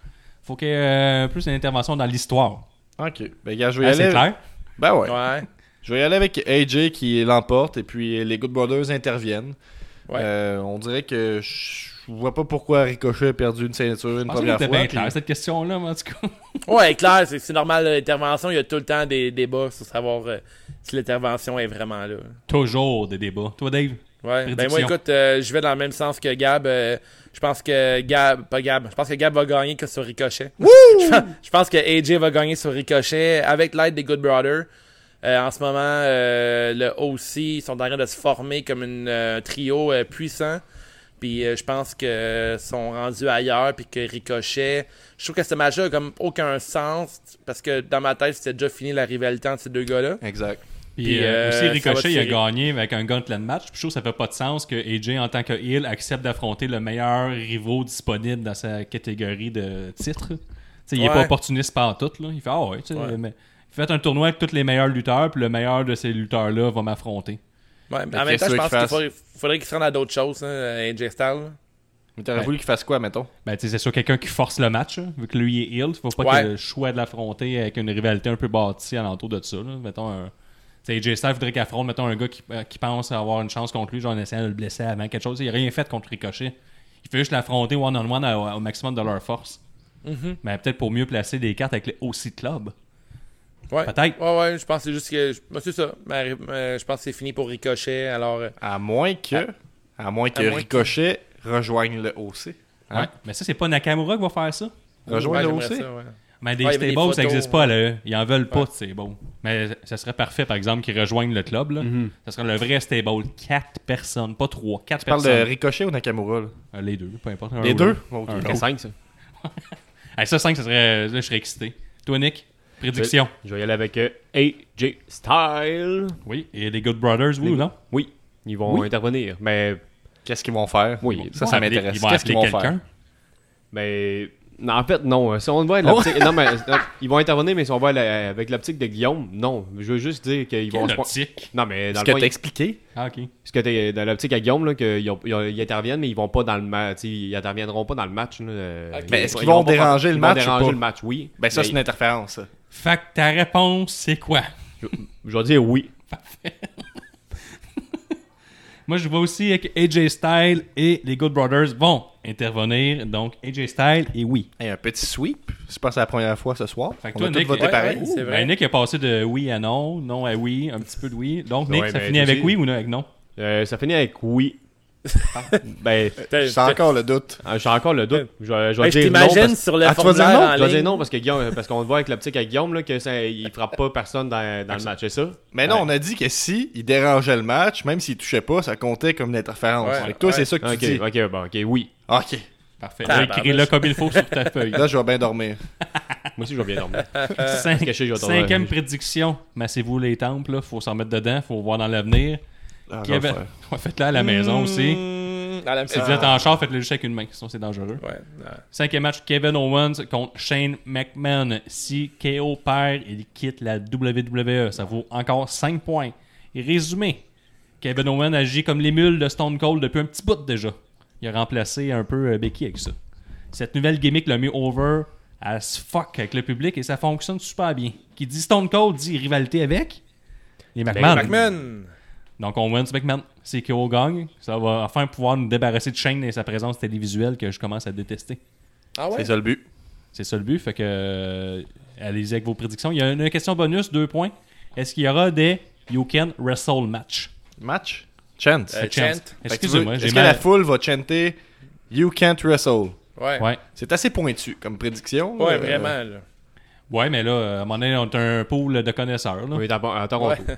[SPEAKER 2] Faut qu'il y ait euh, plus une intervention dans l'histoire.
[SPEAKER 3] Ok. Ben, gars, je vais y
[SPEAKER 2] Ah,
[SPEAKER 3] aller.
[SPEAKER 2] c'est clair?
[SPEAKER 3] Ben ouais.
[SPEAKER 1] Ouais.
[SPEAKER 3] Je vais y aller avec AJ qui l'emporte et puis les Good Brothers interviennent.
[SPEAKER 1] Ouais.
[SPEAKER 3] Euh, on dirait que je vois pas pourquoi Ricochet a perdu une ceinture une
[SPEAKER 2] Je pense que
[SPEAKER 3] première
[SPEAKER 2] c'était
[SPEAKER 3] fois.
[SPEAKER 2] bien
[SPEAKER 3] puis-
[SPEAKER 2] clair, cette question-là, moi, en tout cas.
[SPEAKER 1] Ouais, clair, c'est c'est normal, là, l'intervention, il y a tout le temps des débats sur savoir euh, si l'intervention est vraiment là.
[SPEAKER 2] Toujours des débats. Toi, Dave?
[SPEAKER 1] Ouais. Ben moi,
[SPEAKER 2] Prédiction.
[SPEAKER 1] écoute, euh, je vais dans le même sens que Gab. euh, je pense que Gab, pas Gab, je pense que Gab va gagner que sur Ricochet. je pense- je pense que AJ va gagner sur Ricochet avec l'aide des Good Brothers. Euh, en ce moment, euh, le OC sont en train de se former comme une, euh, un trio euh, puissant. Puis euh, je pense que euh, sont rendus ailleurs, puis que Ricochet. Je trouve que ce match-là a comme aucun sens parce que dans ma tête, c'était déjà fini la rivalité entre ces deux gars-là.
[SPEAKER 3] Exact.
[SPEAKER 2] Puis,
[SPEAKER 1] Puis,
[SPEAKER 2] euh,
[SPEAKER 1] euh,
[SPEAKER 2] aussi,
[SPEAKER 1] ça va
[SPEAKER 2] Ricochet, il a
[SPEAKER 1] tirer.
[SPEAKER 2] gagné avec un gauntlet match. Puis, je trouve que ça fait pas de sens que AJ, en tant que heel, accepte d'affronter le meilleur rival disponible dans sa catégorie de titres. Tu sais, Il est
[SPEAKER 1] Ouais.
[SPEAKER 2] pas opportuniste par tout. Là. Il fait Ah ouais, tu sais,
[SPEAKER 1] Ouais.
[SPEAKER 2] mais faites un tournoi avec tous les meilleurs lutteurs, puis le meilleur de ces lutteurs-là va m'affronter.
[SPEAKER 1] Ouais, mais
[SPEAKER 3] Fait
[SPEAKER 1] en même
[SPEAKER 3] Ben, qu'est-ce
[SPEAKER 1] temps, je
[SPEAKER 3] qu'il
[SPEAKER 1] pense qu'il
[SPEAKER 3] fasse?
[SPEAKER 1] faudrait, faudrait qu'il se rende à d'autres choses, hein, AJ Styles.
[SPEAKER 3] Mais t'aurais
[SPEAKER 2] Ouais.
[SPEAKER 3] voulu qu'il fasse quoi, mettons
[SPEAKER 2] Ben, tu sais, c'est sûr quelqu'un qui force le match, hein, vu que lui il est heel. Faut pas
[SPEAKER 1] Ouais.
[SPEAKER 2] qu'il ait le choix de l'affronter avec une rivalité un peu bâtie alentour de ça. Là. Mettons un. tu sais, AJ Styles voudrait qu'il affronte mettons, un gars qui, euh, qui pense avoir une chance contre lui, genre en essayant de le blesser avant quelque chose. Il a rien fait contre Ricochet. Il fait juste l'affronter one-on-one à- au maximum de leur force. Mais peut-être pour mieux placer des cartes avec le OC Club.
[SPEAKER 1] Ouais.
[SPEAKER 2] Peut-être.
[SPEAKER 1] Ouais, ouais, je pense que c'est juste que. moi, c'est ça. Mais, euh, je pense que c'est fini pour Ricochet. Alors, euh,
[SPEAKER 3] À moins que, à moins que
[SPEAKER 1] moins que-
[SPEAKER 3] Ricochet rejoigne le OC. Hein?
[SPEAKER 2] Ouais. Mais ça, c'est pas Nakamura qui va faire ça.
[SPEAKER 3] Rejoins
[SPEAKER 1] ouais,
[SPEAKER 3] le
[SPEAKER 1] ben, j'aimerais
[SPEAKER 3] OC.
[SPEAKER 1] ça, ouais.
[SPEAKER 2] Mais des
[SPEAKER 3] Ah,
[SPEAKER 1] Ouais, il y avait des
[SPEAKER 2] stables, ça
[SPEAKER 1] photos.
[SPEAKER 2] n'existe pas, là. Ils en veulent pas, c'est bon. Mais ça serait parfait, par exemple, qu'ils rejoignent le club, là.
[SPEAKER 3] Mm-hmm.
[SPEAKER 2] Ça serait le vrai stable. Quatre personnes, pas trois, quatre
[SPEAKER 3] Tu parles de
[SPEAKER 2] personnes.
[SPEAKER 3] Ricochet ou Nakamura là?
[SPEAKER 2] Euh, les deux, peu importe. un
[SPEAKER 3] Les
[SPEAKER 2] ou
[SPEAKER 3] deux
[SPEAKER 2] l'autre.
[SPEAKER 3] Ok.
[SPEAKER 2] Un
[SPEAKER 4] C'est
[SPEAKER 2] autre.
[SPEAKER 4] 5, ça.
[SPEAKER 2] Ah, ça, cinq, ça serait... Là, je serais excité. Toi, Nick, prédiction.
[SPEAKER 4] Je vais y aller avec euh, AJ Style.
[SPEAKER 2] Oui, et les Good Brothers, oui ou non?
[SPEAKER 4] Oui, ils vont intervenir. Mais,
[SPEAKER 3] Qu'est-ce qu'ils vont faire
[SPEAKER 4] Oui,
[SPEAKER 3] ça,
[SPEAKER 2] Ils
[SPEAKER 3] ça
[SPEAKER 2] vont appeler-
[SPEAKER 3] m'intéresse.
[SPEAKER 2] Ils vont
[SPEAKER 3] Qu'est-ce
[SPEAKER 2] appeler
[SPEAKER 3] qu'ils vont faire
[SPEAKER 2] quelqu'un.
[SPEAKER 4] mais non, en fait, non. euh, Si on voit
[SPEAKER 3] Oh.
[SPEAKER 4] l'optique, non, mais non, ils vont intervenir, mais si on voit la- avec l'optique de Guillaume, non. Je veux juste dire qu'ils vont.
[SPEAKER 2] Quelle optique?
[SPEAKER 4] Non, mais dans
[SPEAKER 3] Ce
[SPEAKER 4] le fond,
[SPEAKER 3] que
[SPEAKER 4] ils-
[SPEAKER 3] t'as expliqué
[SPEAKER 2] Ah, OK.
[SPEAKER 4] Parce que t'es dans l'optique à Guillaume, là, qu'ils ont- ils ont- ils interviennent, mais ils vont pas dans le match. Ils interviendront pas dans le match. là, euh,
[SPEAKER 1] Ok.
[SPEAKER 4] ils
[SPEAKER 1] Mais
[SPEAKER 3] est-ce
[SPEAKER 4] pas-
[SPEAKER 3] qu'ils
[SPEAKER 4] ils
[SPEAKER 3] vont
[SPEAKER 4] pas faire-
[SPEAKER 3] déranger le
[SPEAKER 4] ils
[SPEAKER 3] match
[SPEAKER 4] vont
[SPEAKER 3] ou
[SPEAKER 4] déranger
[SPEAKER 3] pas?
[SPEAKER 4] le match, oui.
[SPEAKER 3] Ben ça,
[SPEAKER 4] Mais
[SPEAKER 3] c'est une interférence. ça.
[SPEAKER 2] Fait que ta réponse, c'est quoi?
[SPEAKER 4] Je vais dire oui.
[SPEAKER 2] Moi, je vois aussi que AJ Styles et les Good Brothers vont intervenir. Donc, AJ Styles et oui.
[SPEAKER 3] Et un petit sweep. Je pense que c'est la première fois ce soir.
[SPEAKER 2] Fait que
[SPEAKER 3] On
[SPEAKER 2] toi,
[SPEAKER 3] a tous
[SPEAKER 2] Nick,
[SPEAKER 3] voté
[SPEAKER 2] ouais,
[SPEAKER 3] pareil.
[SPEAKER 1] ouais, c'est
[SPEAKER 2] Ben,
[SPEAKER 1] vrai.
[SPEAKER 2] Nick a passé de oui à non, non à oui, un petit peu de oui. Donc, Nick,
[SPEAKER 4] Ouais,
[SPEAKER 2] ça
[SPEAKER 4] ben,
[SPEAKER 2] finit
[SPEAKER 4] toi
[SPEAKER 2] avec
[SPEAKER 4] aussi.
[SPEAKER 2] oui ou non avec non?
[SPEAKER 4] Euh, ça finit avec oui. ben,
[SPEAKER 1] T'as-
[SPEAKER 3] J'ai
[SPEAKER 1] t'as-
[SPEAKER 3] encore le doute.
[SPEAKER 4] euh, j'ai encore le doute. Je, vais- je vais
[SPEAKER 1] Hey, je
[SPEAKER 4] dire non.
[SPEAKER 1] t'imagine
[SPEAKER 4] Parce...
[SPEAKER 1] sur le
[SPEAKER 3] Ah, tu vas dire
[SPEAKER 1] formulaire en
[SPEAKER 3] non?
[SPEAKER 4] Je vais dire
[SPEAKER 1] ligne.
[SPEAKER 4] non parce que Guillaume, parce qu'on le voit avec l'optique à Guillaume là, que ça, il frappe pas personne dans, dans le match, c'est ça?
[SPEAKER 3] Mais non, on a dit que si il dérangeait le match, même s'il touchait pas, ça comptait comme une interférence.
[SPEAKER 1] Ouais,
[SPEAKER 3] Fait que toi,
[SPEAKER 1] ouais.
[SPEAKER 3] c'est ça que tu
[SPEAKER 4] Ok,
[SPEAKER 3] dis.
[SPEAKER 4] ok, bon, ok, oui.
[SPEAKER 3] Ok.
[SPEAKER 2] Parfait.
[SPEAKER 1] Ah,
[SPEAKER 2] Écris-le
[SPEAKER 1] ben,
[SPEAKER 2] comme il faut sur ta feuille.
[SPEAKER 3] Là, je vais bien dormir.
[SPEAKER 4] Moi aussi, je vais bien dormir.
[SPEAKER 1] Euh,
[SPEAKER 2] Cinq-
[SPEAKER 4] caché, je vais attendre.
[SPEAKER 2] cinquième prédiction. Massez-vous les temples, là. Faut s'en mettre dedans, faut voir dans l'avenir.
[SPEAKER 3] Ah,
[SPEAKER 2] Québec-
[SPEAKER 3] l'enfer.
[SPEAKER 2] Ouais, faites-le à la maison aussi.
[SPEAKER 1] À la
[SPEAKER 2] Si vous êtes en char, faites-le juste avec une main, sinon c'est dangereux.
[SPEAKER 1] Ouais. ouais.
[SPEAKER 2] Cinquième match, Kevin Owens contre Shane McMahon. Si KO perd, il quitte la WWE. Ça vaut encore 5 points. Et résumé, Kevin Owens agit comme l'émule de Stone Cold depuis un petit bout déjà. Il a remplacé un peu euh, Becky avec ça. Cette nouvelle gimmick l'a mis over as fuck avec le public et ça fonctionne super bien. Qui dit Stone Cold dit rivalité avec les McMahon.
[SPEAKER 1] McMahon.
[SPEAKER 2] Donc on wins McMahon. C'est KO gagne. Ça va enfin pouvoir nous débarrasser de Shane et sa présence télévisuelle que je commence à détester.
[SPEAKER 1] Ah ouais?
[SPEAKER 3] C'est ça le but.
[SPEAKER 2] C'est ça le but. Fait que euh, allez-y avec vos prédictions. Il y a une question bonus, deux points. Est-ce qu'il y aura des You Can Wrestle Match?
[SPEAKER 3] Match? Chance.
[SPEAKER 1] Euh,
[SPEAKER 3] Euh, Fait que
[SPEAKER 1] chant.
[SPEAKER 2] Chance.
[SPEAKER 3] tu veux-
[SPEAKER 2] Excusez-moi, j'ai
[SPEAKER 3] Est-ce que la
[SPEAKER 2] mal.
[SPEAKER 3] foule va chanter You can't wrestle?
[SPEAKER 1] Ouais. Ouais,
[SPEAKER 2] Ouais.
[SPEAKER 3] C'est assez pointu comme prédiction. Euh,
[SPEAKER 1] vraiment. Là.
[SPEAKER 2] ouais, mais là, euh, à un moment donné, on a un pool de connaisseurs. Là.
[SPEAKER 4] On est à, à Toronto.
[SPEAKER 1] Ouais.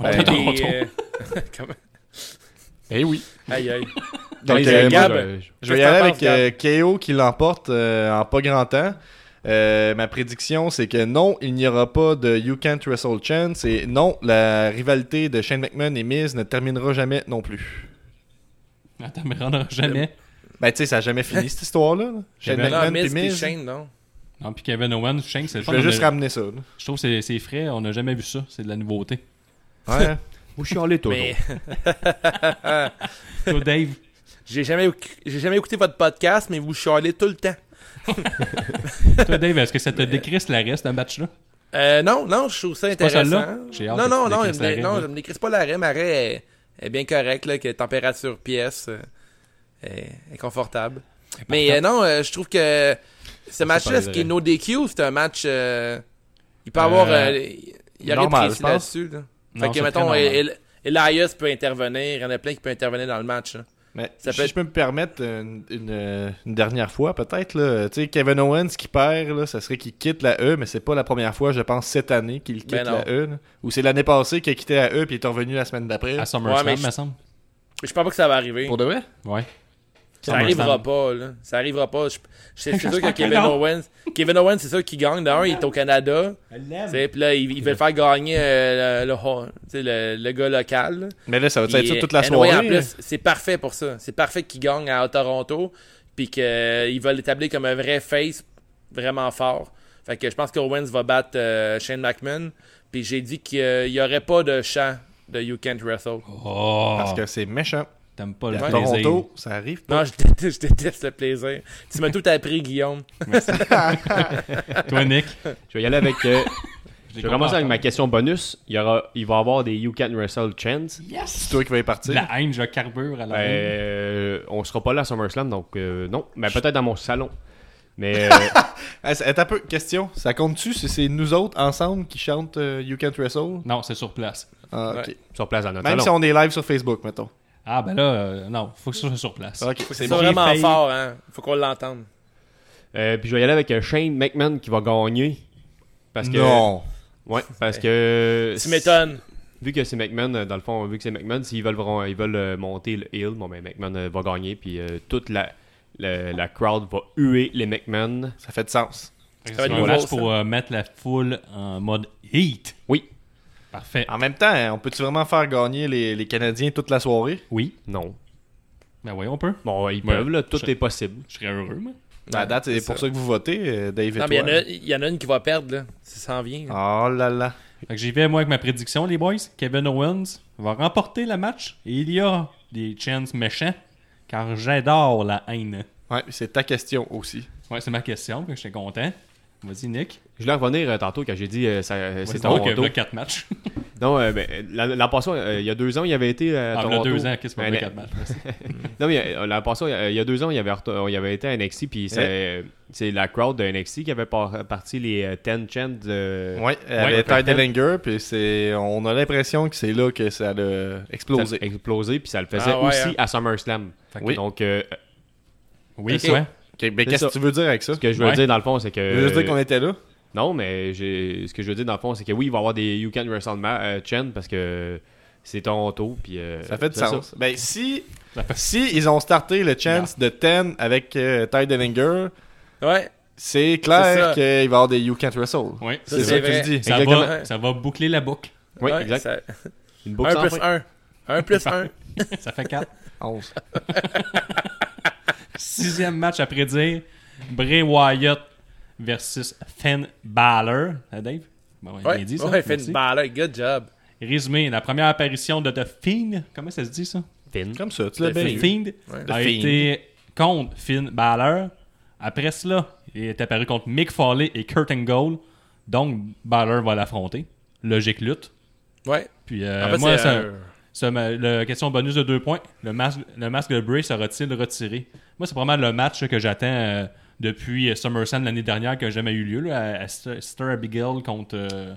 [SPEAKER 2] On
[SPEAKER 3] Ouais.
[SPEAKER 2] est à Toronto.
[SPEAKER 1] Et, euh, comment-
[SPEAKER 3] Eh oui.
[SPEAKER 1] Aïe, aïe.
[SPEAKER 3] Donc,
[SPEAKER 4] Allez,
[SPEAKER 3] euh,
[SPEAKER 4] moi,
[SPEAKER 1] Gab.
[SPEAKER 4] je-
[SPEAKER 3] Je
[SPEAKER 4] je-
[SPEAKER 3] vais y
[SPEAKER 1] Qu'est-ce que
[SPEAKER 3] aller
[SPEAKER 1] t'en
[SPEAKER 3] avec euh,
[SPEAKER 1] penses,
[SPEAKER 3] KO qui l'emporte euh, en pas grand temps. Euh, ma prédiction, c'est que non, il n'y aura pas de You Can't Wrestle Chance et non, la rivalité de Shane McMahon et Miz ne terminera jamais non plus.
[SPEAKER 2] Attends, mais on n'aura jamais.
[SPEAKER 3] Ben, tu sais, ça n'a jamais fini cette histoire-là. là. Shane
[SPEAKER 2] Ben,
[SPEAKER 1] Non,
[SPEAKER 3] McMahon
[SPEAKER 1] Miz
[SPEAKER 3] et
[SPEAKER 1] puis
[SPEAKER 3] Miz.
[SPEAKER 1] Shane, non?
[SPEAKER 2] Non, puis Kevin Owens, Shane, c'est le
[SPEAKER 3] Je
[SPEAKER 2] fun, on
[SPEAKER 3] voulais juste
[SPEAKER 2] a-
[SPEAKER 3] ramener ça. là.
[SPEAKER 2] Je trouve que c'est- c'est frais. On n'a jamais vu ça. C'est de la nouveauté.
[SPEAKER 3] Ouais.
[SPEAKER 4] Vous chialez, Toto.
[SPEAKER 1] Mais
[SPEAKER 2] Toi, Dave,
[SPEAKER 1] j'ai jamais, éc- j'ai jamais écouté votre podcast, mais vous chialez tout le temps.
[SPEAKER 2] toi, Dave est-ce que ça
[SPEAKER 3] euh,
[SPEAKER 2] te décrisse la reste, un match-là?
[SPEAKER 1] Euh, non, non, je trouve ça
[SPEAKER 2] pas
[SPEAKER 1] intéressant.
[SPEAKER 2] celle-là? J'ai hâte
[SPEAKER 1] Non,
[SPEAKER 2] que
[SPEAKER 1] non,
[SPEAKER 2] tu
[SPEAKER 1] non,
[SPEAKER 2] décrisses
[SPEAKER 1] je me-
[SPEAKER 2] l'arrêt,
[SPEAKER 1] non,
[SPEAKER 2] là.
[SPEAKER 1] je me décrisse pas l'arrêt. Ma arrêt est, est bien correcte, là, que température pièce euh, est, est confortable. Mais euh, non, euh, je trouve que ce match-là,
[SPEAKER 4] les
[SPEAKER 1] ce qui est
[SPEAKER 4] arrêts.
[SPEAKER 1] no DQ, c'est un match. euh, il peut avoir.
[SPEAKER 2] Euh,
[SPEAKER 1] euh, il y a rien de
[SPEAKER 3] normal,
[SPEAKER 1] précis
[SPEAKER 3] je pense.
[SPEAKER 1] là-dessus. là.
[SPEAKER 2] Non,
[SPEAKER 1] Fait
[SPEAKER 2] c'est
[SPEAKER 1] que, mettons,
[SPEAKER 2] très normal.
[SPEAKER 1] El- El- Elias peut intervenir. Il y en a plein qui peuvent intervenir dans le match. là.
[SPEAKER 3] Mais
[SPEAKER 1] Ça
[SPEAKER 3] si
[SPEAKER 1] peut être-
[SPEAKER 3] je peux me permettre une, une- une dernière fois, peut-être, là, tu sais, Kevin Owens qui perd, là, ça serait qu'il quitte la E, mais c'est pas la première fois, je pense, cette année qu'il quitte
[SPEAKER 1] Ben non.
[SPEAKER 3] la E. là. Ou c'est l'année passée qu'il a quitté la E puis il est revenu la semaine d'après.
[SPEAKER 2] À
[SPEAKER 1] Ouais,
[SPEAKER 2] SummerSlam,
[SPEAKER 1] mais
[SPEAKER 2] me
[SPEAKER 1] je-
[SPEAKER 2] semble.
[SPEAKER 1] Mais Je pense pas que ça va arriver.
[SPEAKER 3] Pour de vrai?
[SPEAKER 2] Ouais.
[SPEAKER 3] Ah,
[SPEAKER 1] Ça arrivera pas, là. Ça arrivera pas. Je- je- C'est sûr que
[SPEAKER 2] J'espère que
[SPEAKER 1] Kevin
[SPEAKER 2] non.
[SPEAKER 1] Owens, Kevin Owens, c'est ça qui gagne. D'un, il est au Canada. Tu sais, Puis là, ils, ils veulent faire gagner euh, le, le ho- tu sais, le- le gars local. là.
[SPEAKER 3] Mais là, ça va être
[SPEAKER 1] Puis,
[SPEAKER 3] ça toute la
[SPEAKER 1] anyway,
[SPEAKER 3] soirée.
[SPEAKER 1] en plus, c'est parfait pour ça. C'est parfait qu'il gagne à Toronto. Puis qu'ils veulent l'établir comme un vrai face vraiment fort. Fait que je pense qu'Owens va battre euh, Shane McMahon. Puis j'ai dit qu'il n'y aurait pas de chant de You Can't Wrestle.
[SPEAKER 2] Oh,
[SPEAKER 3] Parce que c'est méchant.
[SPEAKER 2] t'aimes pas le
[SPEAKER 3] À
[SPEAKER 2] plaisir.
[SPEAKER 3] Toronto, ça arrive pas.
[SPEAKER 1] Non, je déteste, je déteste le plaisir. Tu m'as tout appris, Guillaume.
[SPEAKER 2] Toi, Nick.
[SPEAKER 4] Je vais y aller avec. euh, je
[SPEAKER 2] J'ai
[SPEAKER 4] vais commencer
[SPEAKER 2] compris.
[SPEAKER 4] avec ma question bonus. Il, y aura, il va y avoir des You Can Wrestle Chance.
[SPEAKER 3] C'est toi qui vas y partir.
[SPEAKER 2] La haine, je carbure à la
[SPEAKER 3] Ben,
[SPEAKER 2] haine.
[SPEAKER 4] Euh, on sera pas là à SummerSlam, donc euh, non. Mais peut-être dans mon salon. Mais euh,
[SPEAKER 3] Ah, c'est- attends un peu, question. Ça compte-tu si c'est nous autres ensemble qui chantent euh, You Can't Wrestle?
[SPEAKER 2] Non, c'est sur place.
[SPEAKER 3] Ah, ok.
[SPEAKER 1] Ouais.
[SPEAKER 4] sur place dans notre
[SPEAKER 3] Même si
[SPEAKER 4] salon.
[SPEAKER 3] on est live sur Facebook, mettons.
[SPEAKER 2] Ah, ben là, euh, non, faut que ce soit sur place.
[SPEAKER 3] Ok,
[SPEAKER 1] C'est
[SPEAKER 3] c'est bon.
[SPEAKER 1] vraiment
[SPEAKER 2] J'ai failli-
[SPEAKER 1] fort, hein. Faut qu'on l'entende.
[SPEAKER 4] Euh, puis je vais y aller avec euh, Shane McMahon qui va gagner. Parce que,
[SPEAKER 3] Non.
[SPEAKER 4] Ouais, parce que.
[SPEAKER 1] Tu m'étonnes.
[SPEAKER 4] Vu que c'est McMahon, euh, dans le fond, vu que c'est McMahon, s'ils veulent, vra- ils veulent euh, monter le hill, bon ben McMahon euh, va gagner, puis euh, toute la, la, la crowd va huer les McMahon.
[SPEAKER 3] Ça fait de sens.
[SPEAKER 2] C'est
[SPEAKER 1] va être
[SPEAKER 2] un
[SPEAKER 1] nouveau,
[SPEAKER 2] match
[SPEAKER 1] ça.
[SPEAKER 2] pour euh, mettre la foule en mode heat.
[SPEAKER 4] Oui.
[SPEAKER 2] Parfait.
[SPEAKER 3] En même temps, hein, on peut-tu vraiment faire gagner les, les Canadiens toute la soirée?
[SPEAKER 2] Oui.
[SPEAKER 4] Non.
[SPEAKER 2] Ben oui, on peut.
[SPEAKER 4] Bon, euh, ils
[SPEAKER 2] Ouais.
[SPEAKER 4] peuvent, là, tout
[SPEAKER 2] Je-
[SPEAKER 4] est possible.
[SPEAKER 2] Je serais heureux, moi.
[SPEAKER 3] À date, c'est pour ça. que vous votez, euh, Dave et
[SPEAKER 1] Non, mais
[SPEAKER 3] toi.
[SPEAKER 1] il y en a- il y, en a une qui va perdre, là. Ça s'en vient. là.
[SPEAKER 3] Oh là là.
[SPEAKER 2] Fait que j'y vais, moi, avec ma prédiction, les boys. Kevin Owens va remporter le match. Et il y a des chances méchants, car j'adore la haine.
[SPEAKER 3] Ouais, c'est ta question aussi.
[SPEAKER 2] Ouais, c'est ma question, que j'étais content. Vas-y, Nick.
[SPEAKER 4] Je voulais revenir euh, tantôt quand j'ai dit euh, ça- euh, c'est
[SPEAKER 2] C'est toi
[SPEAKER 4] Toronto.
[SPEAKER 2] que 4 matchs.
[SPEAKER 4] Non, euh, ben, euh, l'an l'an passé, euh, il y a deux ans, il avait été à
[SPEAKER 2] Ah,
[SPEAKER 4] Toronto.
[SPEAKER 2] a deux ans, qu'est-ce que
[SPEAKER 4] Ben,
[SPEAKER 2] c'est
[SPEAKER 4] la-
[SPEAKER 2] 4 matchs? merci.
[SPEAKER 4] Non, mais euh, l'an passé, euh, il y a deux ans, il y avait, retour- euh, il y avait été à NXT, puis c'est euh, c'est la crowd de NXT qui avait par- parti les euh, 10 chants de...
[SPEAKER 3] Ouais, avec
[SPEAKER 4] Euh, parfait.
[SPEAKER 3] Ty Dellinger, puis c'est, on a l'impression que c'est là que ça a
[SPEAKER 4] explosé.
[SPEAKER 3] explosé.
[SPEAKER 4] explosé, puis ça le faisait
[SPEAKER 1] Ah ouais,
[SPEAKER 4] aussi
[SPEAKER 1] hein.
[SPEAKER 4] à SummerSlam.
[SPEAKER 2] Fait
[SPEAKER 3] que-
[SPEAKER 4] Oui. Donc, euh,
[SPEAKER 2] Oui,
[SPEAKER 1] Ok.
[SPEAKER 2] c'est vrai.
[SPEAKER 3] Ok, mais qu'est-ce
[SPEAKER 4] ça.
[SPEAKER 3] que tu veux dire avec ça?
[SPEAKER 4] ce que euh, je veux
[SPEAKER 2] Ouais.
[SPEAKER 4] dire dans le fond, c'est
[SPEAKER 3] Je veux juste dire qu'on
[SPEAKER 4] que.
[SPEAKER 3] était là.
[SPEAKER 4] Non, mais j'ai- ce que je veux dire dans le fond, c'est que oui, il va y avoir des You Can Wrestle Ma- euh, Chen parce que c'est Toronto, puis. euh,
[SPEAKER 3] Ça fait du
[SPEAKER 4] c'est
[SPEAKER 3] sens. Ben, si,
[SPEAKER 2] Ça fait-
[SPEAKER 3] si ils ont starté le chance de 10 avec euh, Ty Dellinger,
[SPEAKER 1] Ouais. C'est
[SPEAKER 3] C'est
[SPEAKER 1] ça.
[SPEAKER 3] clair qu'il va y avoir des You Can't Wrestle.
[SPEAKER 2] Oui.
[SPEAKER 1] Ça,
[SPEAKER 3] C'est
[SPEAKER 1] c'est
[SPEAKER 3] ça que
[SPEAKER 1] vrai.
[SPEAKER 3] tu dis.
[SPEAKER 2] Ça
[SPEAKER 3] Exactement.
[SPEAKER 2] va, ça va boucler la boucle.
[SPEAKER 4] Oui,
[SPEAKER 1] Ouais,
[SPEAKER 4] exact.
[SPEAKER 1] ça-
[SPEAKER 4] Une boucle
[SPEAKER 1] Un
[SPEAKER 4] sans
[SPEAKER 1] plus
[SPEAKER 4] fin.
[SPEAKER 1] un. Un plus un.
[SPEAKER 2] Ça fait 4.
[SPEAKER 3] 11.
[SPEAKER 2] Sixième match à prédire. Bray Wyatt versus Finn Balor. Hein, Dave? Bon, ouais,
[SPEAKER 1] Ouais,
[SPEAKER 2] bien dit, ça.
[SPEAKER 1] ouais, Finn
[SPEAKER 2] Merci.
[SPEAKER 1] Balor, good job.
[SPEAKER 2] Résumé, la première apparition de The Fiend, comment ça se dit ça?
[SPEAKER 4] Fine.
[SPEAKER 3] Comme ça, tu
[SPEAKER 1] Le
[SPEAKER 3] l'as bien
[SPEAKER 1] Fiend.
[SPEAKER 2] The
[SPEAKER 3] eu.
[SPEAKER 2] Fiend
[SPEAKER 1] Ouais.
[SPEAKER 2] a
[SPEAKER 3] The Fiend.
[SPEAKER 2] été contre Finn Balor. Après cela, il est apparu contre Mick Foley et Kurt Angle. Donc, Balor va l'affronter. Logique lutte.
[SPEAKER 1] Ouais.
[SPEAKER 2] Puis, euh,
[SPEAKER 1] En fait,
[SPEAKER 2] moi,
[SPEAKER 1] c'est,
[SPEAKER 2] ça-
[SPEAKER 1] euh,
[SPEAKER 2] ça me- le question bonus de deux points. Le masque, le masque de Bray sera-t-il retiré? Moi, c'est probablement le match là, que j'attends euh, depuis euh, SummerSlam l'année dernière qui n'a jamais eu lieu. là, à- à Sister Sister Abigail contre, euh,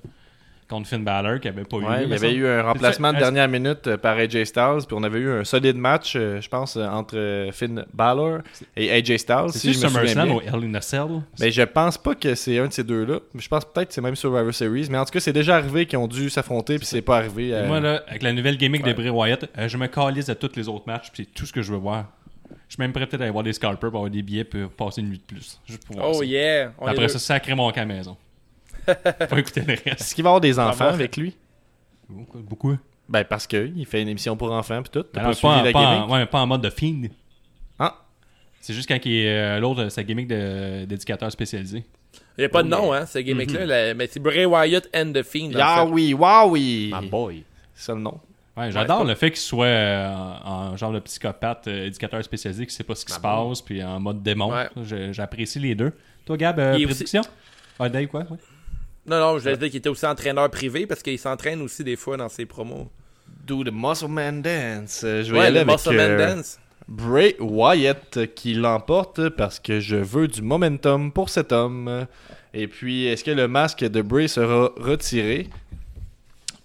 [SPEAKER 2] contre Finn Balor qui n'avait pas eu lieu.
[SPEAKER 3] Ouais, il y
[SPEAKER 2] me
[SPEAKER 3] avait
[SPEAKER 2] semble.
[SPEAKER 3] eu un remplacement de
[SPEAKER 2] Est-ce-
[SPEAKER 3] dernière minute euh, par AJ Styles, puis on avait eu un solide match, euh, je pense, euh, entre euh, Finn Balor et AJ Styles.
[SPEAKER 2] C'est
[SPEAKER 3] Si je me souviens
[SPEAKER 2] SummerSlam
[SPEAKER 3] bien.
[SPEAKER 2] au Hell in a Cell?
[SPEAKER 3] Mais je pense pas que c'est un de ces deux-là. Je pense peut-être que c'est même Survivor Series. Mais en tout cas, c'est déjà arrivé qu'ils ont dû s'affronter, puis c'est pas arrivé.
[SPEAKER 2] Et
[SPEAKER 3] euh,
[SPEAKER 2] moi, là, avec la nouvelle gimmick de Bray Wyatt, euh, je me calise à tous les autres matchs, puis c'est tout ce que je veux voir. Je suis même prêt peut-être à aller voir des scalpers pour avoir des billets pour passer une nuit de plus. Juste pour voir
[SPEAKER 1] Oh
[SPEAKER 2] ça.
[SPEAKER 1] yeah. on est
[SPEAKER 2] Après
[SPEAKER 1] deux.
[SPEAKER 2] ça, sacré mon camp à la maison. Pas écouter le reste.
[SPEAKER 3] Est-ce qu'il va avoir des enfants
[SPEAKER 1] voir.
[SPEAKER 3] avec lui
[SPEAKER 2] Beaucoup.
[SPEAKER 3] Ben, parce qu'il fait une émission pour enfants, puis tout. T'as
[SPEAKER 4] Ben
[SPEAKER 2] Alors,
[SPEAKER 3] pas suivi
[SPEAKER 2] pas,
[SPEAKER 3] la
[SPEAKER 2] en, pas en-
[SPEAKER 3] gimmick?
[SPEAKER 2] ouais, mais pas en mode de fiend.
[SPEAKER 3] Ah.
[SPEAKER 2] C'est juste quand il est, euh, l'autre, sa gimmick de- euh, d'éducateur spécialisé.
[SPEAKER 1] Il n'y a pas de nom, hein, ce gimmick-là. la- Mais c'est Bray Wyatt and The Fiend. en fait.
[SPEAKER 3] Yowie, Wowie!
[SPEAKER 4] My boy.
[SPEAKER 3] C'est ça le nom.
[SPEAKER 2] Ouais, j'adore le fait qu'il soit euh, en, en genre de psychopathe, euh, éducateur spécialisé, qui sait pas ce qui se passe, puis en mode démon.
[SPEAKER 1] Ouais.
[SPEAKER 2] Je- J'apprécie les deux. Toi, Gab, euh,
[SPEAKER 1] Il est
[SPEAKER 2] prédiction Ah, Dave, quoi ouais.
[SPEAKER 1] Non, non, je voulais dire qu'il était aussi entraîneur privé parce qu'il s'entraîne aussi des fois dans ses promos.
[SPEAKER 3] Do the Muscle Man Dance. Euh, Je vais
[SPEAKER 1] Ouais,
[SPEAKER 3] y aller
[SPEAKER 1] le
[SPEAKER 3] avec
[SPEAKER 1] Muscle Man
[SPEAKER 3] euh,
[SPEAKER 1] Dance.
[SPEAKER 3] Bray Wyatt euh, qui l'emporte parce que je veux du momentum pour cet homme. Et puis, est-ce que le masque de Bray sera retiré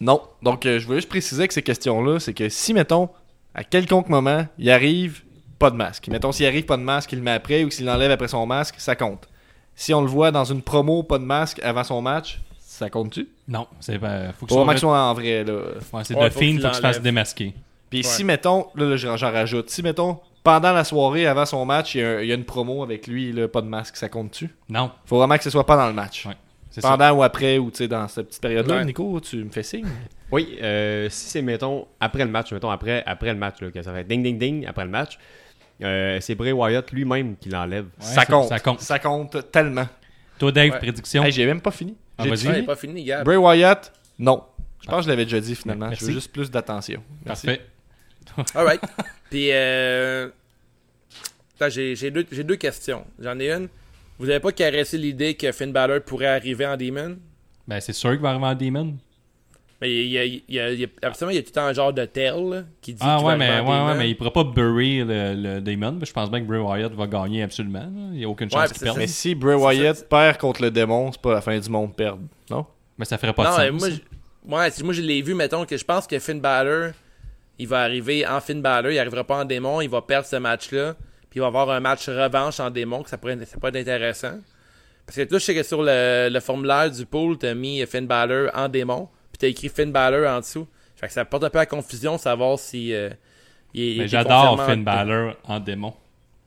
[SPEAKER 3] Non. Donc, euh, je voulais juste préciser que ces questions-là, c'est que si, mettons, à quelconque moment, il arrive pas de masque. Mettons, s'il arrive pas de masque, il le met après ou s'il l'enlève après son masque, ça compte. Si on le voit dans une promo, pas de masque avant son match, ça compte-tu
[SPEAKER 2] Non, c'est pas. faut que
[SPEAKER 3] Pour
[SPEAKER 2] soit-
[SPEAKER 3] vraiment que ce soit en vrai, là.
[SPEAKER 2] Ouais, c'est
[SPEAKER 1] Ouais,
[SPEAKER 2] de
[SPEAKER 1] faut
[SPEAKER 2] Fiend,
[SPEAKER 1] qu'il
[SPEAKER 2] faut qu'il se fasse
[SPEAKER 1] l'enlève.
[SPEAKER 2] démasquer.
[SPEAKER 3] Puis
[SPEAKER 1] Ouais.
[SPEAKER 3] si, mettons, là, là, j'en j'en rajoute, si, mettons, pendant la soirée, avant son match, il y a, un- il y a une promo avec lui, là, pas de masque, ça compte-tu?
[SPEAKER 2] Non,
[SPEAKER 3] Faut vraiment que ce soit pas dans le match.
[SPEAKER 2] Ouais, c'est ça.
[SPEAKER 3] pendant ou après, ou tu sais, dans cette petite période-là.
[SPEAKER 1] Ouais.
[SPEAKER 3] Nico, tu me fais signe?
[SPEAKER 4] Oui, euh, si c'est, mettons, après le match, mettons, après, après le match, là, que ça fait ding, ding, ding, après le match, euh, c'est Bray Wyatt lui-même qui l'enlève.
[SPEAKER 2] Ouais,
[SPEAKER 3] ça compte.
[SPEAKER 2] Ça compte.
[SPEAKER 3] tellement.
[SPEAKER 2] Toi, Dave,
[SPEAKER 1] Ouais.
[SPEAKER 2] prédiction.
[SPEAKER 3] Hey, j'ai même pas fini.
[SPEAKER 2] Ah,
[SPEAKER 3] J'ai
[SPEAKER 2] vas-y.
[SPEAKER 1] Ouais,
[SPEAKER 3] fini.
[SPEAKER 1] pas fini, Gab.
[SPEAKER 3] Bray Wyatt, non. Je pense que je l'avais déjà dit finalement.
[SPEAKER 2] Ouais,
[SPEAKER 3] Je veux
[SPEAKER 2] merci.
[SPEAKER 3] juste plus d'attention. Merci.
[SPEAKER 2] Parfait.
[SPEAKER 1] Alright. Puis, euh... attends, j'ai j'ai deux, j'ai deux questions. J'en ai une. Vous n'avez pas caressé l'idée que Finn Balor pourrait arriver en Demon?
[SPEAKER 2] Ben, c'est sûr qu'il va arriver en Demon.
[SPEAKER 1] Mais il y a, il y a- il y a- absolument, il y a tout le temps un genre de tell là, qui dit
[SPEAKER 2] Ah
[SPEAKER 1] qu'il
[SPEAKER 2] ouais,
[SPEAKER 1] va
[SPEAKER 2] mais,
[SPEAKER 1] arriver
[SPEAKER 2] ouais,
[SPEAKER 1] en
[SPEAKER 2] ouais,
[SPEAKER 1] Demon.
[SPEAKER 2] mais il pourra pas bury le, le Demon. mais Je pense bien que Bray Wyatt va gagner absolument. là. Il n'y a aucune
[SPEAKER 1] Ouais,
[SPEAKER 2] chance
[SPEAKER 1] parce
[SPEAKER 2] qu'il
[SPEAKER 1] que
[SPEAKER 2] perde.
[SPEAKER 3] Mais
[SPEAKER 2] Mais,
[SPEAKER 1] c'est-
[SPEAKER 3] si Bray
[SPEAKER 1] ça.
[SPEAKER 3] Wyatt perd contre le démon, c'est pas la fin du monde perdre, non?
[SPEAKER 2] ça ferait pas
[SPEAKER 1] non,
[SPEAKER 2] de
[SPEAKER 1] mais
[SPEAKER 2] sens.
[SPEAKER 1] moi, je- ouais, si moi je l'ai vu, mettons que je pense que Finn Balor, il va arriver en Finn Balor, il arrivera pas en démon, il va perdre ce match-là, puis il va avoir un match revanche en démon, que ça pourrait, ça pourrait être intéressant. Parce que là, je sais que sur le, le formulaire du pool, t'as mis Finn Balor en démon, puis t'as écrit Finn Balor en dessous. Fait que ça porte un peu à confusion savoir si. euh, il est- il
[SPEAKER 2] Mais
[SPEAKER 1] est
[SPEAKER 2] j'adore
[SPEAKER 1] confirmé en-
[SPEAKER 2] Finn Balor en démon.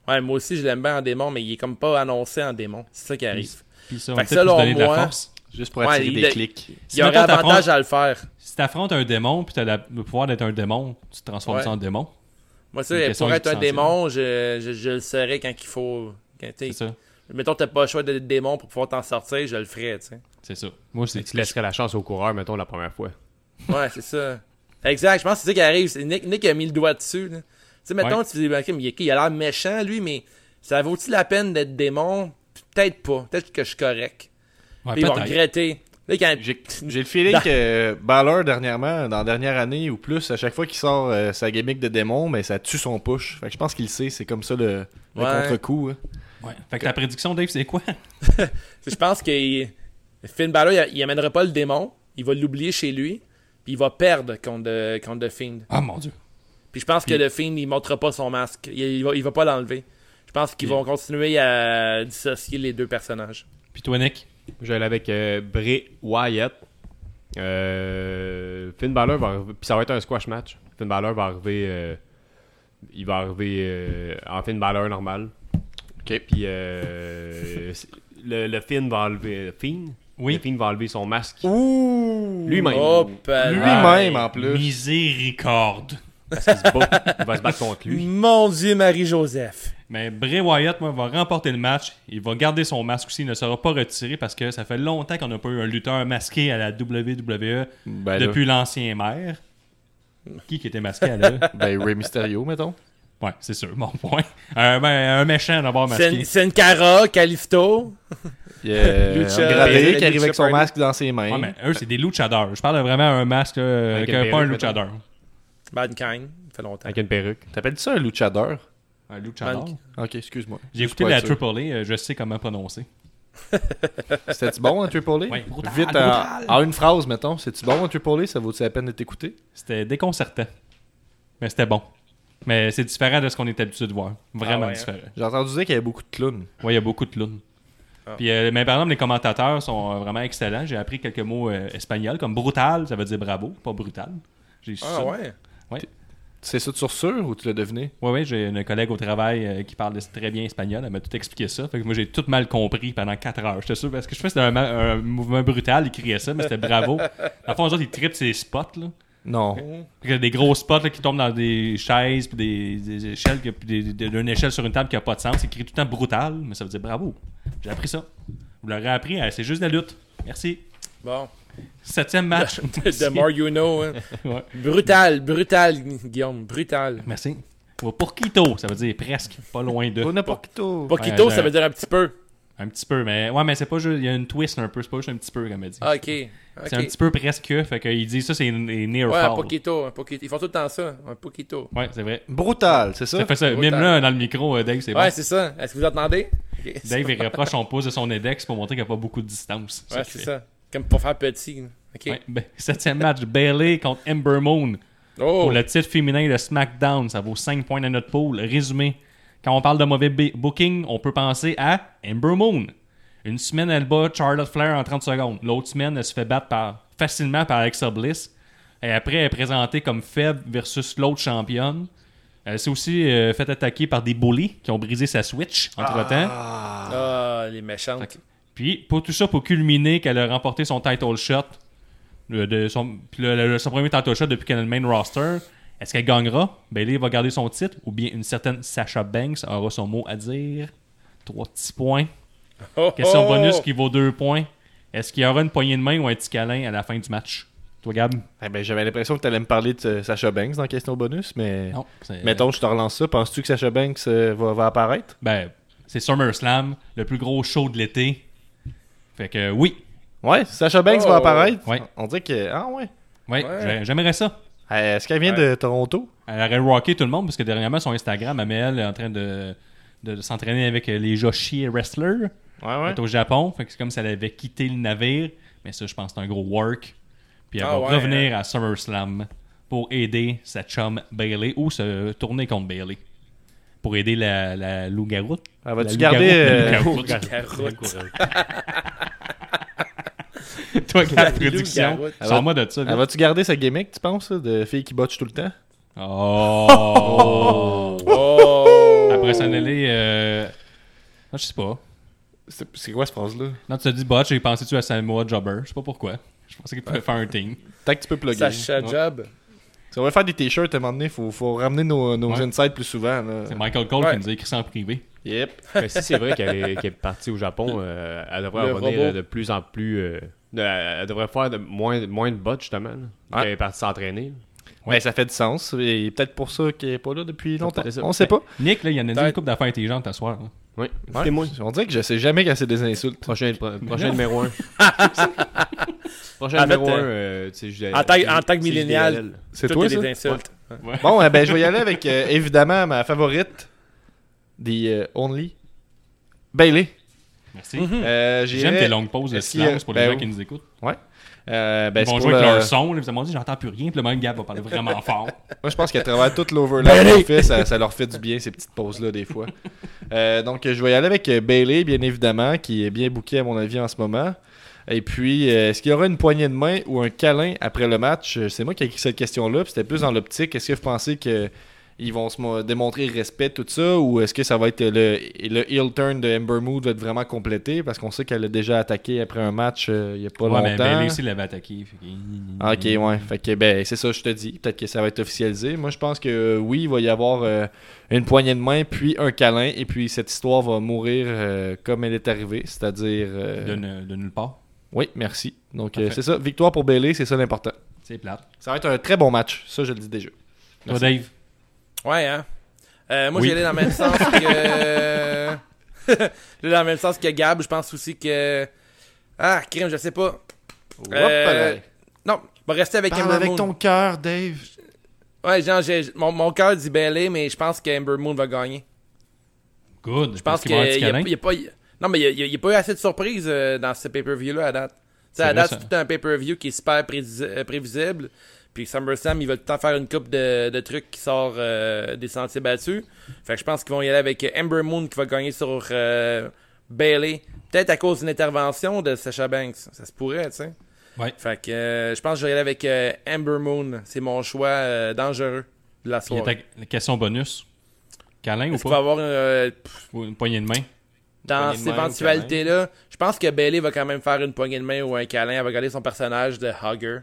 [SPEAKER 1] Ouais, moi aussi, je l'aime bien en démon, mais il est comme pas annoncé en démon. C'est ça qui arrive.
[SPEAKER 2] Puis ça, on
[SPEAKER 1] Fait
[SPEAKER 2] va
[SPEAKER 1] que
[SPEAKER 2] peut-être
[SPEAKER 1] selon
[SPEAKER 2] lui donner de la
[SPEAKER 1] moi-
[SPEAKER 2] force.
[SPEAKER 3] Juste pour
[SPEAKER 1] Ouais,
[SPEAKER 3] attirer
[SPEAKER 1] il
[SPEAKER 3] des
[SPEAKER 1] l'a-
[SPEAKER 3] clics.
[SPEAKER 1] Il y aurait
[SPEAKER 2] mettons,
[SPEAKER 1] avantage
[SPEAKER 2] t'apprends-
[SPEAKER 1] à le faire.
[SPEAKER 2] Si t'affrontes un démon, puis t'as la- le pouvoir d'être un démon, tu te transformes
[SPEAKER 1] Ouais.
[SPEAKER 2] ça en démon.
[SPEAKER 1] Moi, ça,
[SPEAKER 2] Une question
[SPEAKER 1] pour être un
[SPEAKER 2] existentielle.
[SPEAKER 1] démon, je, je, je le serais quand il faut. Quand, tu sais,
[SPEAKER 2] C'est ça.
[SPEAKER 1] mettons, t'as pas le choix d'être démon pour pouvoir t'en sortir, je le ferais, tu sais.
[SPEAKER 2] C'est ça. Moi, c'est.
[SPEAKER 4] Tu laisserais la chance au coureur, mettons, la première fois.
[SPEAKER 1] Ouais, c'est ça. Exact, je pense que c'est ça qui arrive. C'est Nick, Nick a mis le doigt dessus. là. Tu sais, mettons,
[SPEAKER 2] Ouais.
[SPEAKER 1] tu dis, ben, ok, mais il, il a l'air méchant, lui, mais ça vaut-il la peine d'être démon? Peut-être pas. Peut-être que je suis correct.
[SPEAKER 2] Ouais,
[SPEAKER 1] Puis il va
[SPEAKER 2] peut-être.
[SPEAKER 1] regretter. Là, quand...
[SPEAKER 3] J'ai j'ai le feeling
[SPEAKER 1] Dans-
[SPEAKER 3] que Balor, dernièrement, dans la dernière année ou plus, à chaque fois qu'il sort euh, sa gimmick de démon, mais ça tue son push. Fait que je pense qu'il le sait, c'est comme ça le, le
[SPEAKER 1] Ouais.
[SPEAKER 3] contre-coup. hein.
[SPEAKER 2] Ouais. Fait que ta prédiction, Dave, c'est quoi
[SPEAKER 1] Je pense que il- Finn Balor, il, il amènera pas le démon. Il va l'oublier chez lui. Puis il va perdre contre, euh, contre The Fiend.
[SPEAKER 2] Ah mon dieu.
[SPEAKER 1] Puis je pense que le film, il montrera pas son masque. Il, il va, il va pas l'enlever. Je pense qu'ils vont continuer à dissocier les deux personnages.
[SPEAKER 2] Puis toi, Nick
[SPEAKER 4] Je vais aller avec euh, Bray Wyatt. Euh, Finn Balor va arriver. Puis ça va être un squash match. Finn Balor va arriver. euh, il va arriver euh, en Finn Balor normal.
[SPEAKER 3] Ok.
[SPEAKER 4] Puis euh, c'est- le, le Finn va enlever. Le Finn?
[SPEAKER 2] Oui.
[SPEAKER 4] Le Finn va enlever son masque.
[SPEAKER 1] Ouh!
[SPEAKER 4] Lui-même.
[SPEAKER 1] Hop euh, là.
[SPEAKER 3] Lui-même, en plus.
[SPEAKER 2] Miséricorde.
[SPEAKER 4] Parce qu'il se bat. Il va se battre contre lui.
[SPEAKER 1] Mon Dieu, Marie-Joseph.
[SPEAKER 2] Mais Bray Wyatt, moi, va remporter le match. Il va garder son masque aussi. Il ne sera pas retiré parce que ça fait longtemps qu'on n'a pas eu un lutteur masqué à la WWE
[SPEAKER 3] Ben, là.
[SPEAKER 2] depuis l'ancien maire. Qui qui était masqué à la...
[SPEAKER 3] ben, Ray Mysterio, mettons.
[SPEAKER 2] Ouais, c'est sûr, mon point. Un, ben, un méchant d'abord
[SPEAKER 1] C'est
[SPEAKER 2] masqué.
[SPEAKER 1] une- C'est une cara, Califto.
[SPEAKER 3] Il y a
[SPEAKER 1] Lucha-
[SPEAKER 3] un gradé qui
[SPEAKER 1] Lucha
[SPEAKER 3] arrive avec son
[SPEAKER 1] Party.
[SPEAKER 3] masque dans ses mains.
[SPEAKER 2] Ouais, mais eux, c'est des luchadors. Je parle de vraiment un masque, euh,
[SPEAKER 4] Avec
[SPEAKER 2] que-
[SPEAKER 4] une
[SPEAKER 2] pas un
[SPEAKER 4] perruque,
[SPEAKER 2] luchador.
[SPEAKER 1] Mankind, ça fait longtemps.
[SPEAKER 4] Avec une perruque.
[SPEAKER 3] T'appelles ça un luchador?
[SPEAKER 2] Un luchador.
[SPEAKER 1] Mannequin.
[SPEAKER 3] Ok, excuse-moi.
[SPEAKER 2] J'ai
[SPEAKER 3] Juste
[SPEAKER 2] écouté
[SPEAKER 3] pour
[SPEAKER 2] la
[SPEAKER 3] être sûr.
[SPEAKER 2] Triple A, euh, je sais comment prononcer.
[SPEAKER 3] C'était-tu bon, un Triple A?
[SPEAKER 2] Ouais, brutal,
[SPEAKER 3] Vite, en, en une phrase, mettons. C'est-tu bon, un Triple A? Ça vaut-tu la peine de t'écouter?
[SPEAKER 2] C'était déconcertant. Mais c'était bon. Mais c'est différent de ce qu'on est habitué de voir. Vraiment
[SPEAKER 1] Ah ouais, hein?
[SPEAKER 2] différent.
[SPEAKER 3] J'ai entendu dire qu'il y avait beaucoup de clowns.
[SPEAKER 2] Ouais, il y a beaucoup de clowns.
[SPEAKER 1] Ah.
[SPEAKER 2] Puis, euh, mais par exemple, les commentateurs sont euh, vraiment excellents. J'ai appris quelques mots euh, espagnols, comme brutal, ça veut dire bravo, pas brutal. J'ai su
[SPEAKER 1] Ah
[SPEAKER 2] ça.
[SPEAKER 1] ouais?
[SPEAKER 3] C'est ça de sur sûr ou tu l'as deviné?
[SPEAKER 2] Ouais, ouais, j'ai une collègue au travail euh, qui parle très bien espagnol. Elle m'a tout expliqué ça. Fait que moi, j'ai tout mal compris pendant 4 heures. J'étais sûr, parce que je sais pas si c'était un, ma- un mouvement brutal, ils criaient ça, mais c'était bravo. En fond, eux autres, ils trippent ces spots, là.
[SPEAKER 3] Non.
[SPEAKER 2] Fait que des gros spots là, qui tombent dans des chaises, puis des, des échelles, que- puis des- des- d'une échelle sur une table qui a pas de sens. C'est écrit tout le temps brutal, mais ça veut dire bravo. J'ai appris ça. Vous l'aurez appris, hein, c'est juste de la lutte. Merci.
[SPEAKER 1] Bon.
[SPEAKER 2] Septième match.
[SPEAKER 1] The more you know. hein.
[SPEAKER 2] Ouais.
[SPEAKER 1] Brutal, brutal, Guillaume, brutal.
[SPEAKER 2] Merci. Pour Porquito, ça veut dire presque, pas loin de.
[SPEAKER 3] On a pas quitté.
[SPEAKER 1] Poquito,
[SPEAKER 2] Ouais,
[SPEAKER 1] ça veut dire un petit peu.
[SPEAKER 2] Un petit peu, mais ouais, mais c'est pas juste. Il y a une twist un peu, c'est pas juste un petit peu, comme elle dit.
[SPEAKER 1] Ah, ok. ok.
[SPEAKER 2] C'est un petit peu presque, fait qu'ils disent ça, c'est les near
[SPEAKER 1] Ouais, un
[SPEAKER 2] fall.
[SPEAKER 1] Poquito, un Poquito. Ils font tout le temps ça, un Poquito.
[SPEAKER 2] Ouais, c'est vrai.
[SPEAKER 3] Brutal, c'est ça?
[SPEAKER 2] Ça fait ça.
[SPEAKER 1] Brutal.
[SPEAKER 2] Même là, dans le micro, euh, Dave, c'est
[SPEAKER 1] Ouais,
[SPEAKER 2] bon.
[SPEAKER 1] c'est ça. Est-ce que vous entendez? Ok.
[SPEAKER 2] Dave, il rapproche son pouce de son index pour montrer qu'il n'y a pas beaucoup de distance.
[SPEAKER 1] Ouais,
[SPEAKER 2] qu'il
[SPEAKER 1] c'est
[SPEAKER 2] fait.
[SPEAKER 1] ça. Comme pour faire petit. hein. Ok.
[SPEAKER 2] Ouais, ben, septième match, Bailey contre Ember Moon.
[SPEAKER 1] Oh!
[SPEAKER 2] Pour le titre féminin de SmackDown, ça vaut 5 points dans notre pool. Résumé, quand on parle de mauvais ba- booking, on peut penser à Ember Moon. Une semaine, elle bat Charlotte Flair en 30 secondes. L'autre semaine, elle se fait battre par, facilement par Alexa Bliss. Et après, elle est présentée comme faible versus l'autre championne. Elle s'est aussi euh, fait attaquer par des bullies qui ont brisé sa Switch entre-temps.
[SPEAKER 1] Ah, les méchantes.
[SPEAKER 2] Puis, pour tout ça, pour culminer qu'elle a remporté son title shot, le- de son, puis le- le- son premier title shot depuis qu'elle est le main roster, est-ce qu'elle gagnera? Bailey va garder son titre ou bien une certaine Sasha Banks aura son mot à dire? Trois petits points.
[SPEAKER 1] Oh,
[SPEAKER 2] Question
[SPEAKER 1] oh!
[SPEAKER 2] bonus qui vaut deux points. Est-ce qu'il y aura une poignée de main ou un petit câlin à la fin du match? Toi, Gab?
[SPEAKER 3] Eh ben, J'avais l'impression que tu allais me parler de euh, Sacha Banks dans Question Bonus, mais
[SPEAKER 2] Non. c'est-
[SPEAKER 3] mettons, je te relance ça. Penses-tu que Sacha Banks euh, va, va apparaître?
[SPEAKER 2] Ben, c'est SummerSlam, le plus gros show de l'été. Fait que oui.
[SPEAKER 3] Ouais, Sacha Banks va
[SPEAKER 1] Oh.
[SPEAKER 3] apparaître.
[SPEAKER 2] Ouais.
[SPEAKER 3] On dirait que. Ah ouais.
[SPEAKER 2] Ouais,
[SPEAKER 1] Ouais.
[SPEAKER 2] j'ai- j'aimerais ça.
[SPEAKER 3] Euh, Est-ce qu'elle vient de Toronto?
[SPEAKER 2] Elle aurait rocké tout le monde parce que dernièrement, son Instagram, elle met elle en train de, de, de s'entraîner avec euh, les Joshi Wrestlers.
[SPEAKER 3] Ouais,
[SPEAKER 2] Elle est au Japon. Fait que c'est comme si elle avait quitté le navire. Mais ça, je pense que c'est un gros work. Puis elle
[SPEAKER 1] Ah
[SPEAKER 2] va
[SPEAKER 1] ouais,
[SPEAKER 2] revenir à SummerSlam pour aider sa chum Bailey ou se tourner contre Bailey. Pour aider la, la loup-garou.
[SPEAKER 3] Elle va-tu
[SPEAKER 2] La
[SPEAKER 3] garder, euh,
[SPEAKER 1] Oh,
[SPEAKER 2] loup-garou, la
[SPEAKER 1] Loup-garou.
[SPEAKER 2] loup-garou. Toi, la production.
[SPEAKER 1] Loup-garou.
[SPEAKER 2] Sors-moi de ça.
[SPEAKER 3] Elle
[SPEAKER 2] là.
[SPEAKER 3] va-tu garder sa gimmick, tu penses, ça, de fille qui botche tout le temps?
[SPEAKER 2] Oh!
[SPEAKER 1] Oh!
[SPEAKER 2] Après s'en aller, euh... ah, je sais pas.
[SPEAKER 3] C'est c'est quoi cette phrase-là?
[SPEAKER 2] Non, tu t'as dit botch, j'ai pensé tu à Samoa Jobber. Je sais pas pourquoi. Je pensais qu'il pouvait faire un team.
[SPEAKER 3] Tant que tu peux plugger.
[SPEAKER 1] Sacha Job.
[SPEAKER 3] Si on va faire des t-shirts à un moment donné, faut, faut ramener nos, nos
[SPEAKER 2] Ouais.
[SPEAKER 3] insights plus souvent. Là.
[SPEAKER 2] C'est Michael Cole
[SPEAKER 1] Ouais.
[SPEAKER 2] qui nous a écrit ça en privé.
[SPEAKER 3] Yep.
[SPEAKER 4] Mais si c'est vrai qu'elle est, qu'elle est partie au Japon, euh, elle devrait
[SPEAKER 1] Le
[SPEAKER 4] revenir
[SPEAKER 1] robot.
[SPEAKER 4] euh, de plus en plus. euh, de- elle devrait faire de, moins, moins de bots, justement. là.
[SPEAKER 3] Ouais.
[SPEAKER 4] Elle est partie s'entraîner.
[SPEAKER 3] Mais Ben, ça fait du sens. Et peut-être pour ça qu'il est pas là depuis longtemps.
[SPEAKER 4] peut-être ça.
[SPEAKER 3] On sait pas.
[SPEAKER 2] Nick, là, il y en a dit une
[SPEAKER 1] Peut-être.
[SPEAKER 2] couple d'affaires intelligentes à soir. là.
[SPEAKER 4] Oui,
[SPEAKER 3] Ouais.
[SPEAKER 4] c'est moi.
[SPEAKER 3] On dirait que je sais jamais quand c'est des insultes.
[SPEAKER 4] Prochain, pro- prochain
[SPEAKER 2] non.
[SPEAKER 4] numéro 1. prochain
[SPEAKER 1] En fait,
[SPEAKER 4] numéro 1.
[SPEAKER 1] euh, en tant- en tant que millénial,
[SPEAKER 3] C'est
[SPEAKER 1] Tout
[SPEAKER 3] toi
[SPEAKER 1] est
[SPEAKER 3] ça?
[SPEAKER 1] des insultes.
[SPEAKER 3] Bon, eh ben je vais y aller avec euh, évidemment ma favorite des euh, Only. Bailey.
[SPEAKER 2] Merci.
[SPEAKER 3] Euh,
[SPEAKER 2] Hmm. J'aime
[SPEAKER 3] j'irais-
[SPEAKER 2] tes longues pauses de
[SPEAKER 3] Est-ce qu'il y a-
[SPEAKER 2] silence pour les
[SPEAKER 3] ben
[SPEAKER 2] gens qui
[SPEAKER 3] oui.
[SPEAKER 2] nous écoutent.
[SPEAKER 3] Euh, ben,
[SPEAKER 2] Ils
[SPEAKER 3] c'est
[SPEAKER 2] vont
[SPEAKER 3] pour
[SPEAKER 2] jouer avec
[SPEAKER 3] le-
[SPEAKER 2] leur son. là, Ils vont dire j'entends plus rien. Puis le même Gab va parler vraiment fort.
[SPEAKER 3] Moi, je pense qu'à travers tout l'overlap qu'on fait, ça, ça leur fait du bien, ces petites pauses-là, des fois. Euh, donc, je vais y aller avec euh, Bailey, bien évidemment, qui est bien booké, à mon avis, en ce moment. Et puis, euh, est-ce qu'il y aura une poignée de main ou un câlin après le match Euh, C'est moi qui ai écrit cette question-là, puis c'était plus dans l'optique. Est-ce que vous pensez que ils vont se mo- démontrer respect, tout ça, ou est-ce que ça va être le, le heel turn de Ember Mood va être vraiment complété parce qu'on sait qu'elle a déjà attaqué après un match euh, il y a pas
[SPEAKER 2] Ouais, mais
[SPEAKER 3] longtemps.
[SPEAKER 2] Bailey aussi l'avait attaqué. fait que-
[SPEAKER 3] Ah, Ok, ouais. Fait que, ben, c'est ça, je te dis. Peut-être que ça va être officialisé. Moi, je pense que euh, oui, il va y avoir euh, une poignée de main, puis un câlin, et puis cette histoire va mourir euh, comme elle est arrivée, c'est-à-dire. euh,
[SPEAKER 2] De, ne- de nulle part.
[SPEAKER 3] Oui, merci. Donc, euh,
[SPEAKER 2] Parfait.
[SPEAKER 3] c'est ça. Victoire pour Bailey, c'est ça l'important.
[SPEAKER 2] C'est plate.
[SPEAKER 3] Ça va être un très bon match. Ça, je le dis déjà.
[SPEAKER 2] Toi,
[SPEAKER 3] Merci.
[SPEAKER 2] Dave.
[SPEAKER 1] Ouais, hein. Euh, moi,
[SPEAKER 2] Oui.
[SPEAKER 1] j'y allais dans le même sens que. j'allais dans le même sens que Gab. Je pense aussi que. Ah, crime, je sais pas. Euh,
[SPEAKER 3] Hop,
[SPEAKER 1] Non, va rester avec
[SPEAKER 3] Parle
[SPEAKER 1] Ember
[SPEAKER 3] avec
[SPEAKER 1] Moon.
[SPEAKER 3] ton cœur, Dave.
[SPEAKER 1] Ouais, genre, j'ai- mon, mon cœur dit Bailey, mais je pense que Ember Moon va gagner.
[SPEAKER 2] Good.
[SPEAKER 1] Je pense qu'il
[SPEAKER 2] va y avoir un petit
[SPEAKER 1] n'y a,
[SPEAKER 2] câlin.
[SPEAKER 1] il y a pas. Non, mais il y a- il n'y a, pas eu assez de surprises euh, dans ce pay-per-view-là à date. Tu sais,
[SPEAKER 2] C'est
[SPEAKER 1] à
[SPEAKER 2] vrai,
[SPEAKER 1] date,
[SPEAKER 2] ça.
[SPEAKER 1] c'est tout un pay-per-view qui est super prédis- euh, prévisible. Puis SummerSlam, ils veulent tout le temps faire une coupe de, de trucs qui sort euh, des sentiers battus. Fait que je pense qu'ils vont y aller avec Ember Moon qui va gagner sur Bailey. Peut-être à cause d'une intervention de Sacha Banks. Ça se pourrait, tu sais.
[SPEAKER 2] Ouais.
[SPEAKER 1] Fait que euh, je pense que je vais y aller avec euh, Ember Moon. C'est mon choix euh, dangereux de la
[SPEAKER 2] Puis il y a
[SPEAKER 1] soirée.
[SPEAKER 2] ta- la question bonus. Câlin ou
[SPEAKER 1] Est-ce qu'il va y
[SPEAKER 2] pas
[SPEAKER 1] avoir euh,
[SPEAKER 2] Ou Une poignée de main.
[SPEAKER 1] dans
[SPEAKER 3] poignée de
[SPEAKER 1] cette
[SPEAKER 3] main ou
[SPEAKER 1] éventualité-là, je pense que Bailey va quand même faire une poignée de main ou un câlin. Elle va garder son personnage de Hugger.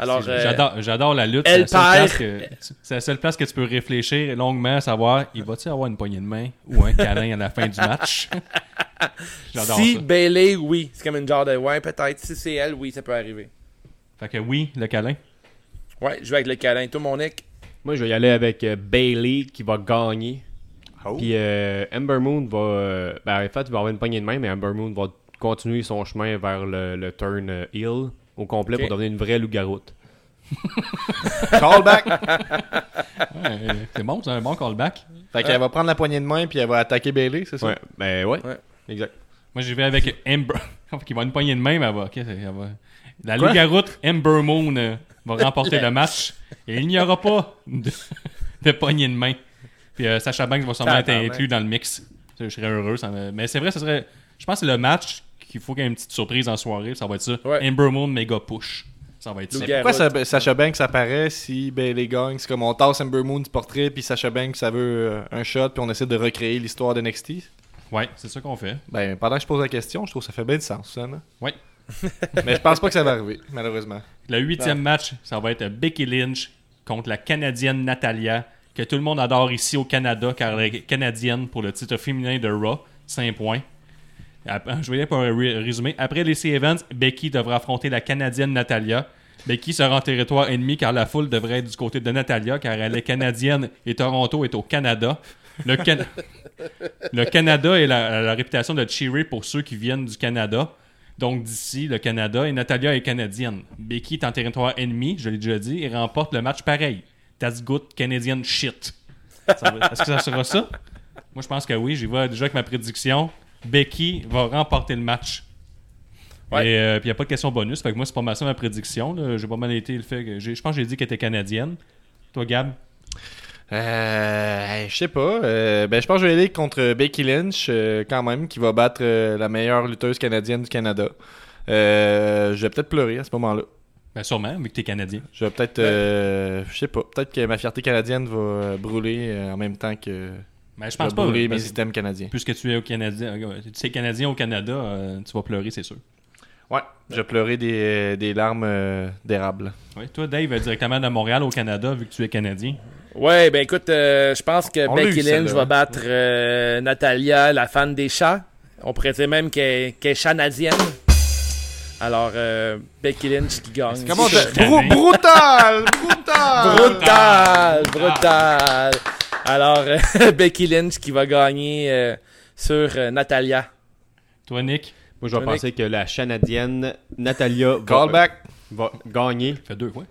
[SPEAKER 1] Alors, euh,
[SPEAKER 2] J'adore j'adore la lutte.
[SPEAKER 1] elle
[SPEAKER 2] C'est la, seule
[SPEAKER 1] perd.
[SPEAKER 2] place que- c'est la seule place que tu peux réfléchir longuement, savoir il va-tu avoir une poignée de main ou un câlin à la fin du match J'adore
[SPEAKER 1] si
[SPEAKER 2] ça.
[SPEAKER 1] Bailey, oui. C'est comme une genre de ouais, peut-être. Si c'est elle, oui, ça peut arriver.
[SPEAKER 2] Fait que oui, le câlin.
[SPEAKER 1] Ouais, je vais avec le câlin. Tout mon nec.
[SPEAKER 4] Moi, je vais y aller avec euh, Bailey qui va gagner.
[SPEAKER 3] Oh.
[SPEAKER 4] Puis euh, Ember Moon va. euh, ben, en fait, il va avoir une poignée de main, mais Ember Moon va continuer son chemin vers le, le turn euh, heel au complet
[SPEAKER 1] Ok.
[SPEAKER 4] pour devenir une vraie loup-garoute.
[SPEAKER 3] Callback.
[SPEAKER 2] Ouais, euh, c'est bon, c'est un bon callback.
[SPEAKER 3] fait qu'elle va prendre la poignée de main, puis elle va attaquer Bailey, c'est ça?
[SPEAKER 4] Ouais, ben ouais.
[SPEAKER 1] Ouais.
[SPEAKER 4] Exact.
[SPEAKER 2] Moi, j'y vais avec Ember. Fait qu'il va une poignée de main, mais elle va. ok, elle va- La loup-garoute Ember Moon euh, va remporter le match et il n'y aura pas de, de poignée de main. Puis euh, Sacha Banks va sûrement être
[SPEAKER 1] Tabarnak.
[SPEAKER 2] inclus dans le mix. Ça, Je serais heureux. ça me- Mais c'est vrai, ça serait. Je pense que c'est le match qu'il faut qu'il y ait une petite surprise en soirée. Ça va être ça.
[SPEAKER 1] Ouais.
[SPEAKER 2] Ember Moon méga push. Ça va être ça.
[SPEAKER 1] Loup-garoute.
[SPEAKER 3] Pourquoi Sa- Sacha Banks apparaît si Bailey gagne? C'est comme on tasse Ember Moon du portrait, puis Sacha Banks, ça veut euh, un shot, puis on essaie de recréer l'histoire de NXT.
[SPEAKER 2] Ouais, c'est ça qu'on fait.
[SPEAKER 3] Ben, pendant que je pose la question, je trouve que ça fait bien du sens, finalement.
[SPEAKER 2] Ouais.
[SPEAKER 3] Mais je pense pas que ça va arriver, malheureusement.
[SPEAKER 2] Le huitième match, ça va être Becky Lynch contre la Canadienne Natalia, que tout le monde adore ici au Canada, car elle est canadienne pour le titre féminin de Raw, 5 points. Ap- Je vais y aller pour un ré- résumé. Après les c events, Becky devra affronter la Canadienne Natalia. Becky sera en territoire ennemi car la foule devrait être du côté de Natalia car elle est canadienne et Toronto est au Canada. Le, Can- le Canada est la, la réputation de cheery pour ceux qui viennent du Canada. Donc d'ici, le Canada et Natalia est canadienne. Becky est en territoire ennemi, je l'ai déjà dit, et remporte le match pareil. That's good Canadian shit. Ça va- Est-ce que ça sera ça? Moi, je pense que oui. J'y vais déjà avec ma prédiction. Becky va remporter le match.
[SPEAKER 1] Ouais.
[SPEAKER 2] Et euh, puis, il n'y a pas de question bonus. Fait que moi, c'est pas mal ça ma prédiction. là. J'ai pas mal été le fait que. j'ai- Je pense que j'ai dit qu'elle était canadienne. Toi, Gab,
[SPEAKER 3] Euh, hey, je sais pas. Euh, ben, je pense que je vais aller contre Becky Lynch, euh, quand même, qui va battre euh, la meilleure lutteuse canadienne du Canada. Euh, je vais peut-être pleurer à ce moment-là.
[SPEAKER 2] ben, sûrement, vu que t'es canadien.
[SPEAKER 3] Je vais peut-être. euh, je sais pas. Peut-être que ma fierté canadienne va euh, brûler euh, en même temps que.
[SPEAKER 2] Mais Ben, je
[SPEAKER 3] va
[SPEAKER 2] pense pas.
[SPEAKER 3] brûler mes
[SPEAKER 2] parce-
[SPEAKER 3] items canadiens.
[SPEAKER 2] Puisque tu es au Canadien, euh, tu es canadien au Canada, euh, tu vas pleurer, c'est sûr.
[SPEAKER 3] Ouais, je vais pleurer des, des larmes euh, d'érable.
[SPEAKER 2] Ouais, toi, Dave, euh, directement de Montréal au Canada, vu que tu es canadien.
[SPEAKER 1] Ouais, ben écoute, euh, je pense que
[SPEAKER 3] On l'a eu,
[SPEAKER 1] Becky Lynch
[SPEAKER 3] celle-là. hein.
[SPEAKER 1] va battre euh, Natalia, la fan des chats. On pourrait dire même qu'elle qu'elle est chanadienne. Alors, euh, Becky Lynch qui gagne.
[SPEAKER 3] Comment
[SPEAKER 2] Je suis tanné.
[SPEAKER 3] Brutal! Brutal!
[SPEAKER 1] Brutal, brutal. Alors, euh, Becky Lynch qui va gagner euh, sur euh, Natalia.
[SPEAKER 2] Toi, Nick,
[SPEAKER 4] Moi, je vais
[SPEAKER 1] Tonic.
[SPEAKER 4] penser que la Canadienne Natalia va,
[SPEAKER 3] Callback!
[SPEAKER 4] va gagner
[SPEAKER 2] fait deux fois.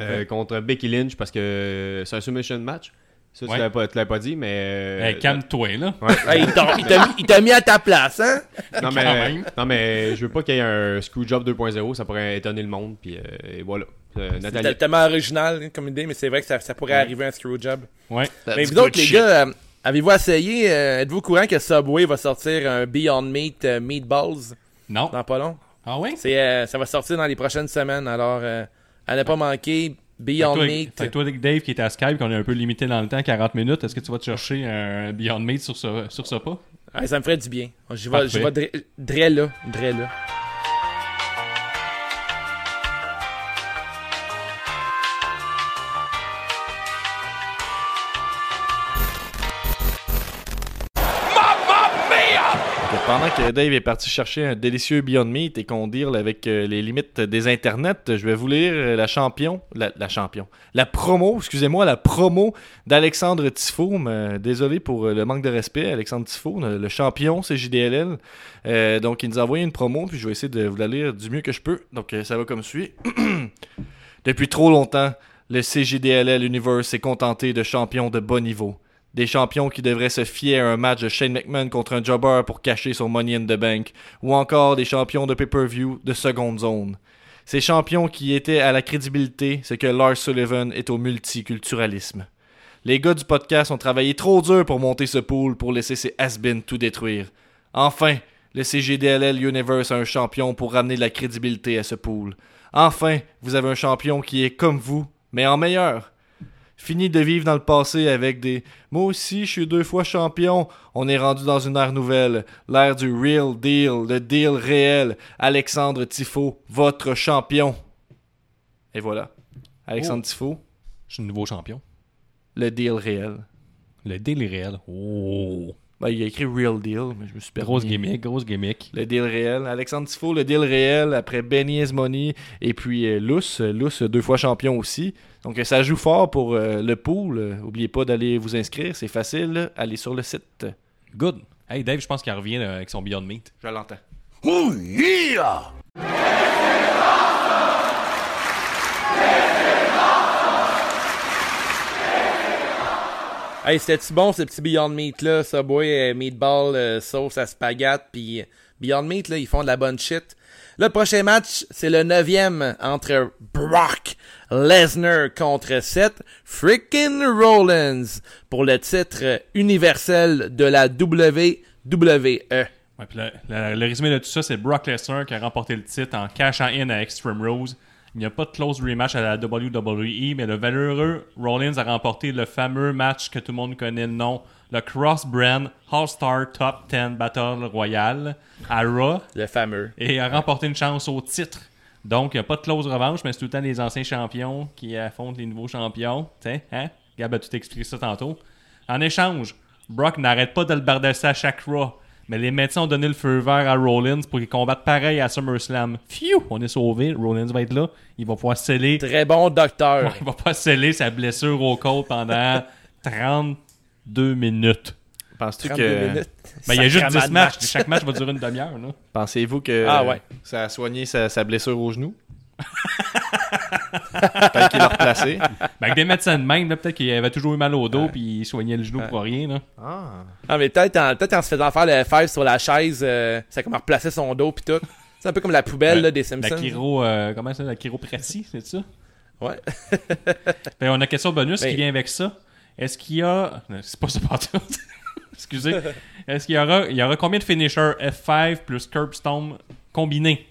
[SPEAKER 4] euh, contre Becky Lynch parce que c'est un submission match. Ça,
[SPEAKER 2] Ouais.
[SPEAKER 4] tu l'as pas, tu l'as pas dit, mais. euh,
[SPEAKER 2] Hey, Eh,
[SPEAKER 1] Ben,
[SPEAKER 2] calme-toi, là.
[SPEAKER 4] Ouais.
[SPEAKER 1] Hey, il t'a- il t'a mis- il t'a mis à ta place, hein?
[SPEAKER 4] non,
[SPEAKER 2] Quand
[SPEAKER 4] mais,
[SPEAKER 2] même.
[SPEAKER 4] non, mais je veux pas qu'il y ait un Screwjob 2.0, ça pourrait étonner le monde, puis euh, et voilà. Euh, Natalia.
[SPEAKER 1] C'était tellement original hein, comme idée, mais c'est vrai que ça, ça pourrait arriver un screwjob.
[SPEAKER 2] Ouais.
[SPEAKER 1] Mais vous autres, les gars, euh, avez-vous essayé, euh, êtes-vous au courant que Subway va sortir un Beyond Meat euh, Meatballs
[SPEAKER 2] Non.
[SPEAKER 1] dans pas long?
[SPEAKER 2] Ah ouais?
[SPEAKER 1] C'est, euh, ça va sortir dans les prochaines semaines, alors euh, à ne pas manquer Beyond
[SPEAKER 2] Fait que toi,
[SPEAKER 1] Meat.
[SPEAKER 2] fait que toi, avec Dave, qui est à Skype, qu'on a un peu limité dans le temps, 40 minutes, est-ce que tu vas te chercher un Beyond Meat sur ce, sur ce pas?
[SPEAKER 1] Ah, ça me ferait du bien. J'y vais, j'y vais
[SPEAKER 2] Parfait.
[SPEAKER 1] dre- dre là, dre là.
[SPEAKER 3] Donc, pendant que Dave est parti chercher un délicieux Beyond Meat et qu'on deal avec euh, les limites des internets, je vais vous lire euh, la champion, la, la champion, la promo, excusez-moi, la promo d'Alexandre Tifo. désolé pour euh, le manque de respect, Alexandre Tifo, le, le champion CJDLL. Euh, donc, il nous a envoyé une promo, puis je vais essayer de vous la lire du mieux que je peux. Donc, euh, ça va comme suit. Depuis trop longtemps, le CJDLL Universe s'est contenté de champions de bas niveau. Des champions qui devraient se fier à un match de Shane McMahon contre un jobber pour cacher son money in the bank, ou encore des champions de pay-per-view de seconde zone. Ces champions qui étaient à la crédibilité, ce que Lars Sullivan est au multiculturalisme. Les gars du podcast ont travaillé trop dur pour monter ce pool pour laisser ces has tout détruire. Enfin, le CGDLL Universe a un champion pour ramener de la crédibilité à ce pool. Enfin, vous avez un champion qui est comme vous, mais en meilleur. Fini de vivre dans le passé avec des Moi aussi, je suis deux fois champion. On est rendu dans une ère nouvelle, l'ère du real deal, le deal réel. Alexandre Tifo, votre champion. Et voilà.
[SPEAKER 2] Oh.
[SPEAKER 3] Alexandre Tifo,
[SPEAKER 2] Je suis nouveau champion.
[SPEAKER 3] le deal réel.
[SPEAKER 2] Le deal est réel. Oh!
[SPEAKER 3] Ben, il a écrit real deal, mais je me suis perdu.
[SPEAKER 2] Grosse gimmick, grosse gimmick.
[SPEAKER 3] Le deal réel. Alexandre Tifo, le deal réel. Après Benny Money et puis euh, Luce. Luce, euh, deux fois champion aussi. Donc euh, ça joue fort pour euh, le pool. Euh, Oubliez pas d'aller vous inscrire, c'est facile. Allez sur le site.
[SPEAKER 2] Good. Hey, Dave, je pense qu'il revient euh, avec son Beyond Meat.
[SPEAKER 3] Je l'entends.
[SPEAKER 1] Hey, c'était-tu bon ce petit Beyond Meat là, Subway, euh, meatball, euh, sauce à spaghette, puis euh, Beyond Meat là, ils font de la bonne shit. Le prochain match, c'est le neuvième entre Brock Lesnar contre Seth Freaking Rollins pour le titre euh, universel de la E, WWE.
[SPEAKER 2] Ouais, puis le, le- le résumé de tout ça, c'est Brock Lesnar qui a remporté le titre en cashant in à Extreme Rose. Il n'y a pas de close rematch à la WWE, mais le valeureux Rollins a remporté le fameux match que tout le monde connaît le nom, le Cross-Brand All-Star Top 10 Battle Royale à Raw
[SPEAKER 1] Le fameux.
[SPEAKER 2] et a remporté une chance au titre. Donc, il n'y a pas de close revanche, mais c'est tout le temps les anciens champions qui affrontent les nouveaux champions. Tiens, hein? Gab a tout expliqué ça tantôt. En échange, Brock n'arrête pas de le bardasser à chaque Raw, mais les médecins ont donné le feu vert à Rollins pour qu'il combatte pareil à SummerSlam. Phew! On est sauvé, Rollins va être là, il va pouvoir sceller,
[SPEAKER 1] Très bon docteur.
[SPEAKER 2] il va pouvoir sceller sa blessure au côte pendant 32 minutes.
[SPEAKER 3] Penses-tu
[SPEAKER 1] 32
[SPEAKER 3] que.
[SPEAKER 1] minutes.
[SPEAKER 2] Ben, il y a juste
[SPEAKER 1] Sacrement
[SPEAKER 2] 10
[SPEAKER 1] de
[SPEAKER 2] matchs,
[SPEAKER 1] match.
[SPEAKER 2] chaque match va durer une demi-heure. là.
[SPEAKER 3] Pensez-vous que
[SPEAKER 1] Ah ouais.
[SPEAKER 3] euh, ça a soigné sa, sa blessure au genou? Peut-être qu'il l'a replacé.
[SPEAKER 2] Ben, avec des médecins de même, là, peut-être qu'il avait toujours eu mal au dos puis il soignait le genou pour rien. Là.
[SPEAKER 3] Ah.
[SPEAKER 1] Ah, mais peut-être en, peut en se faisant faire le F5 sur la chaise, euh, ça a comme replacer son dos pis tout. C'est un peu comme la poubelle là, des Simpsons.
[SPEAKER 2] La chiro, euh, comment ça, la chiropratie, c'est ça?
[SPEAKER 1] Ouais.
[SPEAKER 2] Ben, on a question bonus
[SPEAKER 1] Ben-
[SPEAKER 2] qui vient avec ça. Est-ce qu'il y a... Non, C'est pas ça partout. Excusez. Est-ce qu'il y aura, il y aura combien de finishers F5 plus Curb Stomp combinés?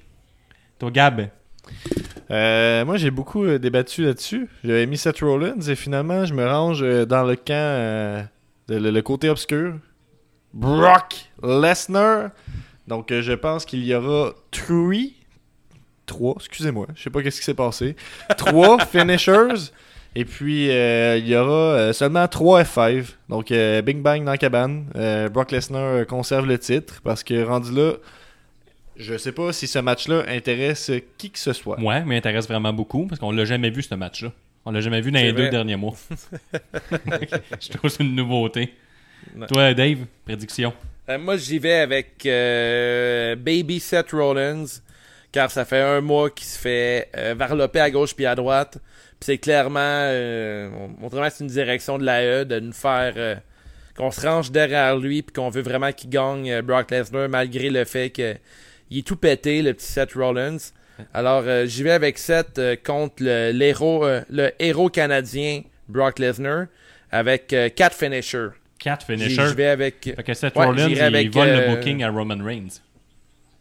[SPEAKER 2] Toi, Gab,
[SPEAKER 3] Euh, moi, j'ai beaucoup euh, débattu là-dessus. J'avais mis Seth Rollins et finalement, je me range euh, dans le camp, euh, de- le, le côté obscur. Brock Lesnar. Donc, euh, je pense qu'il y aura three, trois, excusez-moi, je sais pas qu'est-ce qui s'est passé. Trois finishers. Et puis, euh, il y aura euh, seulement trois F5. Donc, euh, Bing Bang dans la cabane. Euh, Brock Lesnar conserve le titre parce que rendu là, je sais pas si ce match-là intéresse qui que ce soit.
[SPEAKER 2] moi, m'intéresse vraiment beaucoup parce qu'on l'a jamais vu, ce match-là. On l'a jamais vu dans
[SPEAKER 1] C'est
[SPEAKER 2] les
[SPEAKER 1] vrai.
[SPEAKER 2] deux derniers mois. Je trouve que c'est une nouveauté.
[SPEAKER 1] Ouais.
[SPEAKER 2] Toi, Dave, prédiction.
[SPEAKER 1] Euh, moi, j'y vais avec euh, Baby Seth Rollins, car ça fait un mois qu'il se fait euh, varloper à gauche puis à droite. Puis c'est clairement, euh, on- on vraiment c'est une direction de l'AE de nous faire euh, qu'on se range derrière lui puis qu'on veut vraiment qu'il gagne euh, Brock Lesnar malgré le fait que il est tout pété le petit Seth Rollins. Alors euh, j'y vais avec Seth euh, contre le l'héros, euh, le héros canadien Brock Lesnar avec euh, quatre finishers.
[SPEAKER 2] Quatre
[SPEAKER 1] J'y
[SPEAKER 2] finishers.
[SPEAKER 1] j'y vais avec
[SPEAKER 2] Fait que Seth
[SPEAKER 1] Ouais,
[SPEAKER 2] Rollins, il
[SPEAKER 1] j'irais avec,
[SPEAKER 2] vole
[SPEAKER 1] euh,
[SPEAKER 2] le booking à Roman Reigns.